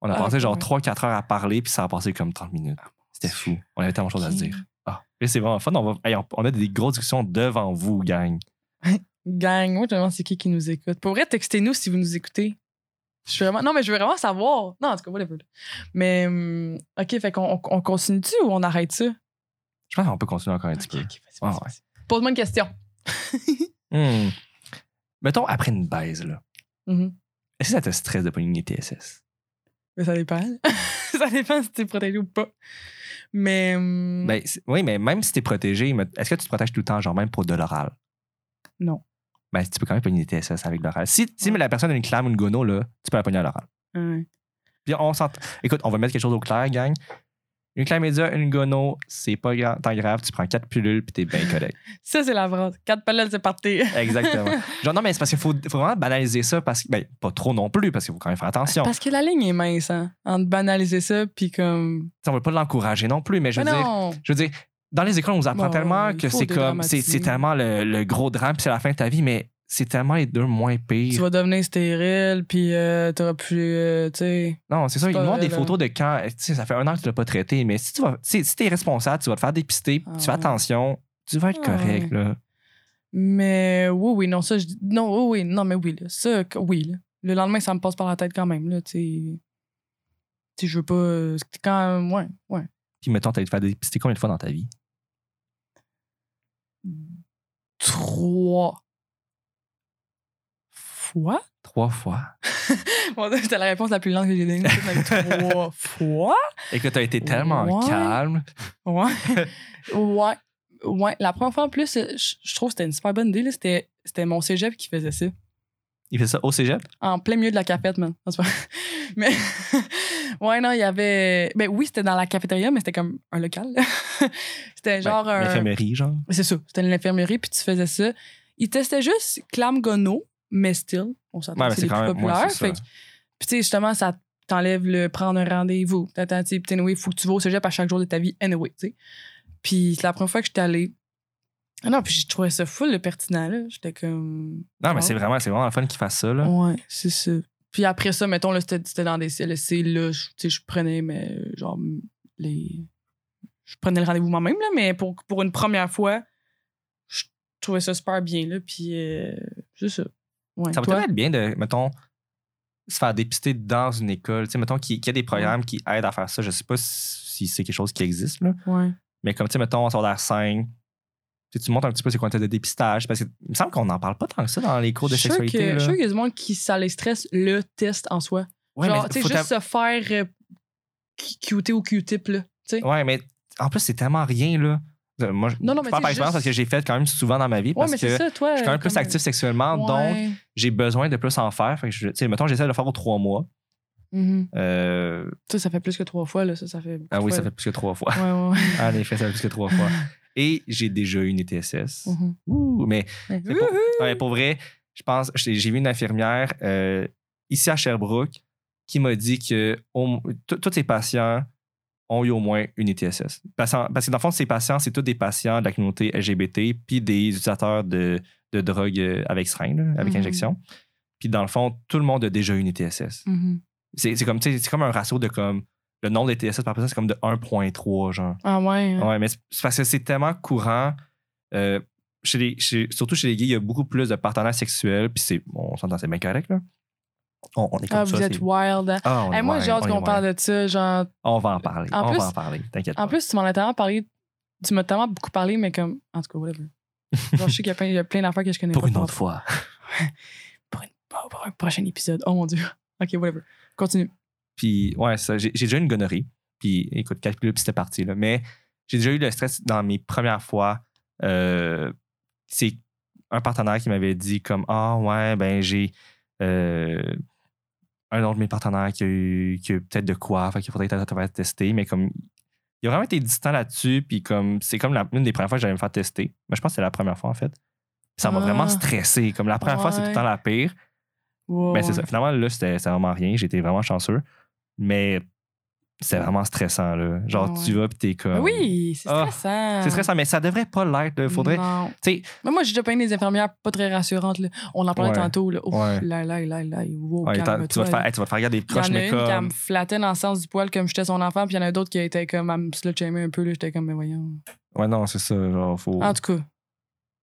S4: On a
S5: Ah,
S4: passé genre
S5: ouais. Ah,
S4: 3-4 heures à parler, puis ça a passé comme 30 minutes. C'était fou. On avait tellement de choses à se
S5: Ok.
S4: dire. Ah, et c'est vraiment fun. On, va- hey, on- on a des grosses discussions devant vous, gang.
S5: Gang, moi, je me demande c'est qui qui nous écoute. Pour vrai, textez-nous si vous nous écoutez. Je suis vraiment... Non, mais je veux vraiment savoir. Non, en tout cas, whatever. Mais, hum, OK, fait qu'on on- on continue-tu ou on arrête ça?
S4: Je pense qu'on peut continuer encore un petit
S5: Ok,
S4: peu.
S5: ok, vas-y,
S4: Ouais,
S5: vas-y,
S4: ouais.
S5: vas-y. Pose-moi une question.
S4: Hmm. Mettons, après une baise, là.
S5: Mhm.
S4: Est-ce que ça te stresse de pogner une TSS?
S5: Mais ça dépend. ça dépend si t'es protégé ou pas. Mais. hum,
S4: Ben, c'est- oui, mais même si t'es protégé, mais est-ce que tu te protèges tout le temps, genre même pour de l'oral?
S5: Non.
S4: Ben, tu peux quand même pogner des TSS avec l'oral. Si, si
S5: Ouais.
S4: la personne a une clame ou une gono, là, tu peux la pogner à l'oral.
S5: ouais.
S4: Puis on s'entend. Écoute, on va mettre quelque chose au clair, gang. Une chlamydia, une gono, c'est pas gra- tant grave. Tu prends quatre pilules, puis t'es bien correct.
S5: Ça, c'est la phrase. Quatre palettes, c'est parti.
S4: Exactement. Genre, non, mais c'est parce qu'il faut, faut vraiment banaliser ça, parce que, ben, pas trop non plus, parce qu'il faut quand même faire attention.
S5: Parce que la ligne est mince, hein. Entre banaliser ça, puis comme.
S4: On veut pas l'encourager non plus, mais je veux
S5: Mais
S4: dire.
S5: non!
S4: Je veux dire, dans les écoles, on nous apprend
S5: Bon,
S4: tellement
S5: il
S4: que
S5: faut
S4: c'est comme c'est
S5: dédramatiser.
S4: c'est tellement le, le gros drame, puis c'est la fin de ta vie, mais c'est tellement les deux moins
S5: Tu
S4: pires.
S5: vas devenir stérile, puis euh, t'auras plus. euh, tu sais.
S4: Non, c'est ça,
S5: C'est
S4: ils
S5: pas
S4: montrent des
S5: vrai, là.
S4: photos de quand tu sais, ça fait un an que tu l'as pas traité, mais si tu vas si, si t'es responsable, tu vas te faire dépister, puis
S5: Ah
S4: tu fais
S5: ouais.
S4: attention, tu vas être
S5: Ah
S4: correct là.
S5: Mais oui, oui, non, ça, je dis- Non, oui, oui, non, mais oui, là. Ça, que- oui, là. Le lendemain, ça me passe par la tête quand même, là, tu sais. Tu sais, je veux pas. euh, c'est Quand même. Ouais, ouais.
S4: Puis mettons, t'as été te faire dépister combien de fois dans ta vie
S5: Trois. Fois?
S4: Trois fois.
S5: Mon Dieu, c'était la réponse la plus longue que j'ai donnée. toute ma vie. Trois fois?
S4: Et que t'as été tellement
S5: Ouais.
S4: calme.
S5: Ouais. ouais. Ouais. La première fois, en plus, je je trouve que c'était une super bonne idée. là. C'était c'était mon cégep qui faisait ça.
S4: Il fait ça au cégep Ben,
S5: En plein milieu de la cafette, man. En tout cas. Mais, ouais, non, il y avait. Ben oui, c'était dans la cafétéria, mais c'était comme un local. là. c'était genre euh,
S4: Ben,
S5: un.
S4: L'infirmerie, genre.
S5: C'est ça. C'était une infirmerie, puis tu faisais ça. Ils testaient juste clam gono, mais still. On s'entend
S4: Ouais, mais
S5: que c'est
S4: c'est
S5: les
S4: quand
S5: plus
S4: même. ouais,
S5: populaires.
S4: c'est ça.
S5: Fait que- Puis, tu sais, justement, ça t'enlève le prendre un rendez-vous. T'attends, tu sais, puis anyway, faut que tu vas au cégep à chaque jour de ta vie, anyway, tu sais. Puis, c'est la première fois que j'étais allée. Ah non, puis j'ai trouvé ça full le pertinent, là. J'étais comme.
S4: Non, mais c'est vraiment, c'est vraiment le fun qu'ils fassent ça là.
S5: Ouais, c'est ça. Puis après ça, mettons, là, c'était c'était dans des CLSC, là, je- tu sais, je prenais, mais euh, genre, les. Je prenais le rendez-vous moi-même, là, mais pour, pour une première fois, je trouvais ça super bien, là, puis euh, c'est ça. Ouais,
S4: Ça peut
S5: toi?
S4: peut-être être bien de, mettons, se faire dépister dans une école. Tu sais, mettons qu'il qu'il y a des programmes qui aident à faire ça. Je sais pas si c'est quelque chose qui existe, là.
S5: Ouais.
S4: Mais comme, tu sais, mettons, en secondaire 5, tu sais, tu montes un petit peu ces quantités de dépistage. Parce que il me semble qu'on n'en parle pas tant que ça dans les cours de
S5: Je suis sûre
S4: sexualité. là.
S5: que- Je suis sûre qu'il y a du monde qui, ça les stresse, le test en soi.
S4: Ouais,
S5: Genre,
S4: mais
S5: tu sais,
S4: faut
S5: juste se faire euh, cu- cuter au Q-tip, là. tu sais.
S4: t'av- ouais, mais en plus, c'est tellement rien, là. Euh, Moi, je
S5: Non, non,
S4: je parle
S5: mais tu sais,
S4: par expérience
S5: juste-
S4: parce que j'ai fait quand même souvent dans ma vie.
S5: Ouais,
S4: parce
S5: mais
S4: que
S5: c'est ça, toi. euh,
S4: je suis quand même plus actif sexuellement. Donc, j'ai besoin de plus en faire. Fait que, je- tu sais, mettons, j'essaie de le faire aux trois mois. Euh,
S5: Mhm. Ça, ça fait plus que trois fois, là. Ça, ça fait.
S4: ah oui, ça fait plus que trois fois.
S5: Ouais, ouais, ouais.
S4: En effet, ça fait plus que trois fois. Et j'ai déjà eu une E ETSS.
S5: Mhm.
S4: Ouh, mais,
S5: Ouais.
S4: mais pour, ouais, pour vrai, je pense, j'ai j'ai vu une infirmière euh, ici à Sherbrooke qui m'a dit que au- tout- tous ses patients ont eu au moins une ETSS. Parce, parce que dans le fond, ces patients, c'est tous des patients de la communauté LGBT puis des utilisateurs de, de drogue euh, avec seringue, là, avec
S5: Mhm.
S4: injection. Puis dans le fond, tout le monde a déjà eu une TSS.
S5: Mhm.
S4: C'est c'est comme, tu sais, c'est comme un ratio de comme. Le nombre de TSS par personne, c'est comme de 1,3, genre.
S5: Ah ouais. hein.
S4: Ouais, mais c'est c'est parce que c'est tellement courant. euh, chez les, chez- surtout chez les gays, il y a beaucoup plus de partenaires sexuels. Puis c'est, on s'entend, c'est bien correct, là. On, on est comme
S5: Ah,
S4: ça.
S5: vous êtes
S4: c'est-
S5: wild. hein.
S4: Ah, on
S5: Hey,
S4: est
S5: moi,
S4: wild,
S5: j'ai hâte
S4: on est
S5: qu'on
S4: wild.
S5: parle de ça. Genre,
S4: On va en parler.
S5: En
S4: on
S5: plus-
S4: va en parler. T'inquiète.
S5: En
S4: pas.
S5: plus, tu m'en as tellement parlé. Tu m'as tellement beaucoup parlé, mais comme. En tout cas, whatever. Genre, je sais qu'il y a plein, il y a plein d'affaires que je connais
S4: pour
S5: pas.
S4: une autre fois.
S5: Pour, une- pour- pour un prochain épisode. Oh mon Dieu. OK, whatever. Continue.
S4: Puis, ouais, ça, j'ai j'ai déjà eu une gonorrhée. Puis, écoute, calcule, puis c'était parti. Là. Mais j'ai déjà eu le stress dans mes premières fois. Euh, c'est un partenaire qui m'avait dit comme « Ah, ouais, ben j'ai euh, un autre de mes partenaires qui a eu, qui a eu peut-être de quoi, fait qu'il faudrait peut-être te faire tester. » Mais comme, il a vraiment été distant là-dessus. Puis comme, c'est comme la- une des premières fois que j'allais me faire tester. Mais je pense que c'est la première fois, en fait. Ça m'a
S5: Ah.
S4: vraiment stressé. Comme la première fois, c'est tout le
S5: Ouais.
S4: temps la pire.
S5: Wow.
S4: Ben, c'est ça. Finalement, là, c'était c'était vraiment rien. J'étais vraiment chanceux. Mais c'était vraiment stressant, là. Genre,
S5: Ah ouais.
S4: tu vas pis t'es comme.
S5: Mais Oui, c'est
S4: Ah,
S5: stressant.
S4: C'est stressant, mais ça devrait pas l'être. là. Faudrait.
S5: Non.
S4: Tu sais.
S5: Mais moi, j'ai déjà peigné des infirmières pas très rassurantes. là. On en parlait
S4: Ouais.
S5: tantôt. Là. Ouf,
S4: Ouais.
S5: là, là, là, là. Wow,
S4: ouais, t'as-
S5: calme-toi,
S4: tu, vas te
S5: là.
S4: faire, hey, tu vas te faire regarder les
S5: Il y en
S4: croches,
S5: a
S4: mais
S5: une qui elle
S4: comme.
S5: me flattait dans le sens du poil comme j'étais son enfant, puis il y en a d'autres qui étaient comme à me slut shamer un peu. là. J'étais comme, mais voyons.
S4: Ouais, non, c'est ça. Genre, faut.
S5: En tout cas,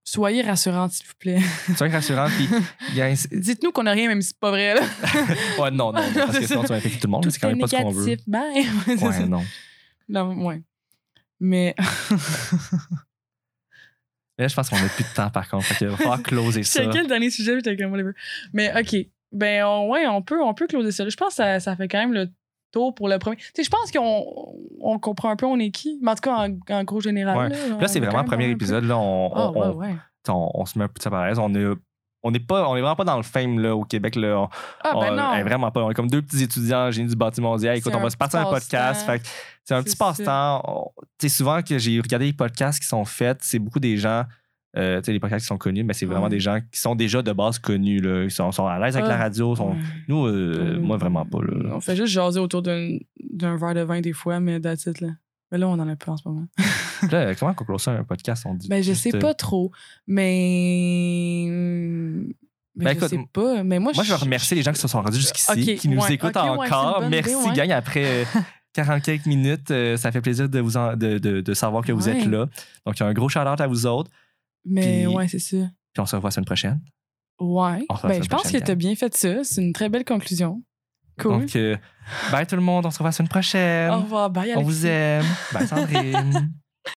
S5: soyez rassurante, s'il vous plaît.
S4: Tu vas être rassurant, pis. Guys,
S5: Dites-nous qu'on a rien, même si c'est pas vrai. Là.
S4: Ouais, non, non,
S5: Non,
S4: parce que
S5: c'est
S4: sinon,
S5: ça.
S4: tu vas infecter tout le monde,
S5: Tout
S4: c'est quand même pas
S5: est
S4: ce qu'on veut.
S5: négatif, bye. Ouais, c'est ça.
S4: Ouais, non.
S5: Non, ouais. Mais
S4: Mais je pense qu'on a plus de temps, par contre. Fait qu'il va falloir closer ça.
S5: chacun le dernier sujet, j'étais comme whatever. Mais OK. Ben on- ouais, on peut, on peut closer ça. Je pense que ça, ça fait quand même le tour pour le premier. Tu sais, je pense qu'on on comprend un peu on est qui. Mais en tout cas, en, en gros général.
S4: Ouais.
S5: Là,
S4: Là, c'est
S5: on
S4: vraiment
S5: a
S4: le
S5: quand même
S4: premier épisode. Là, on,
S5: parlé un
S4: on-
S5: peu. Ah, ouais, ouais.
S4: on- on se met un peu de ça par l'aise. On est. On n'est pas, on est vraiment pas dans le fame là, au Québec. Là. On-
S5: Ah, ben
S4: On-
S5: non.
S4: hey, vraiment pas. On est comme deux petits étudiants en génie du bâtiment. On dit, hey, écoute,
S5: C'est
S4: on
S5: un
S4: va se partir un
S5: petit
S4: podcast.
S5: passe-temps.
S4: Fait que c'est un
S5: C'est
S4: petit
S5: ça.
S4: passe-temps. On- Tu sais, souvent que j'ai regardé les podcasts qui sont faits, c'est beaucoup des gens, euh, tu sais, les podcasts qui sont connus, mais c'est vraiment
S5: Ouais.
S4: des gens qui sont déjà de base connus. Là. Ils sont, sont à l'aise avec la
S5: Ah.
S4: radio. sont-
S5: Ouais.
S4: Nous, euh,
S5: Euh,
S4: moi, vraiment pas. Là.
S5: On fait juste jaser autour d'un d'un verre de vin des fois, mais that's it, là. Mais là, on en a plus en ce moment.
S4: Là, comment qu'on clôt ça, un podcast? On dit
S5: Ben, je
S4: juste,
S5: sais
S4: euh,
S5: pas trop, mais. mais je
S4: Ben, écoute,
S5: sais pas. Mais moi,
S4: euh, Moi, je veux remercier les gens qui se sont rendus jusqu'ici,
S5: Euh, Ok,
S4: qui nous
S5: ouais,
S4: écoutent
S5: ok, ouais, c'est
S4: encore.
S5: une bonne
S4: Merci,
S5: idée, ouais.
S4: gang, après euh, 40 quelques minutes. euh, ça fait plaisir de, vous en- de, de- de savoir que vous
S5: Ouais.
S4: êtes là. Donc, un gros shout-out à vous autres.
S5: Mais
S4: Puis-
S5: ouais, c'est ça.
S4: Puis on se revoit la semaine prochaine.
S5: Ouais.
S4: On se refait
S5: Ben, je
S4: une
S5: pense
S4: prochaine
S5: que t'as bien fait ça. C'est une très belle conclusion. Cool.
S4: Donc, euh, bye tout le monde. On se revoit la semaine prochaine.
S5: Au revoir. Bye,
S4: on
S5: Alexis.
S4: vous aime. Bye Sandrine.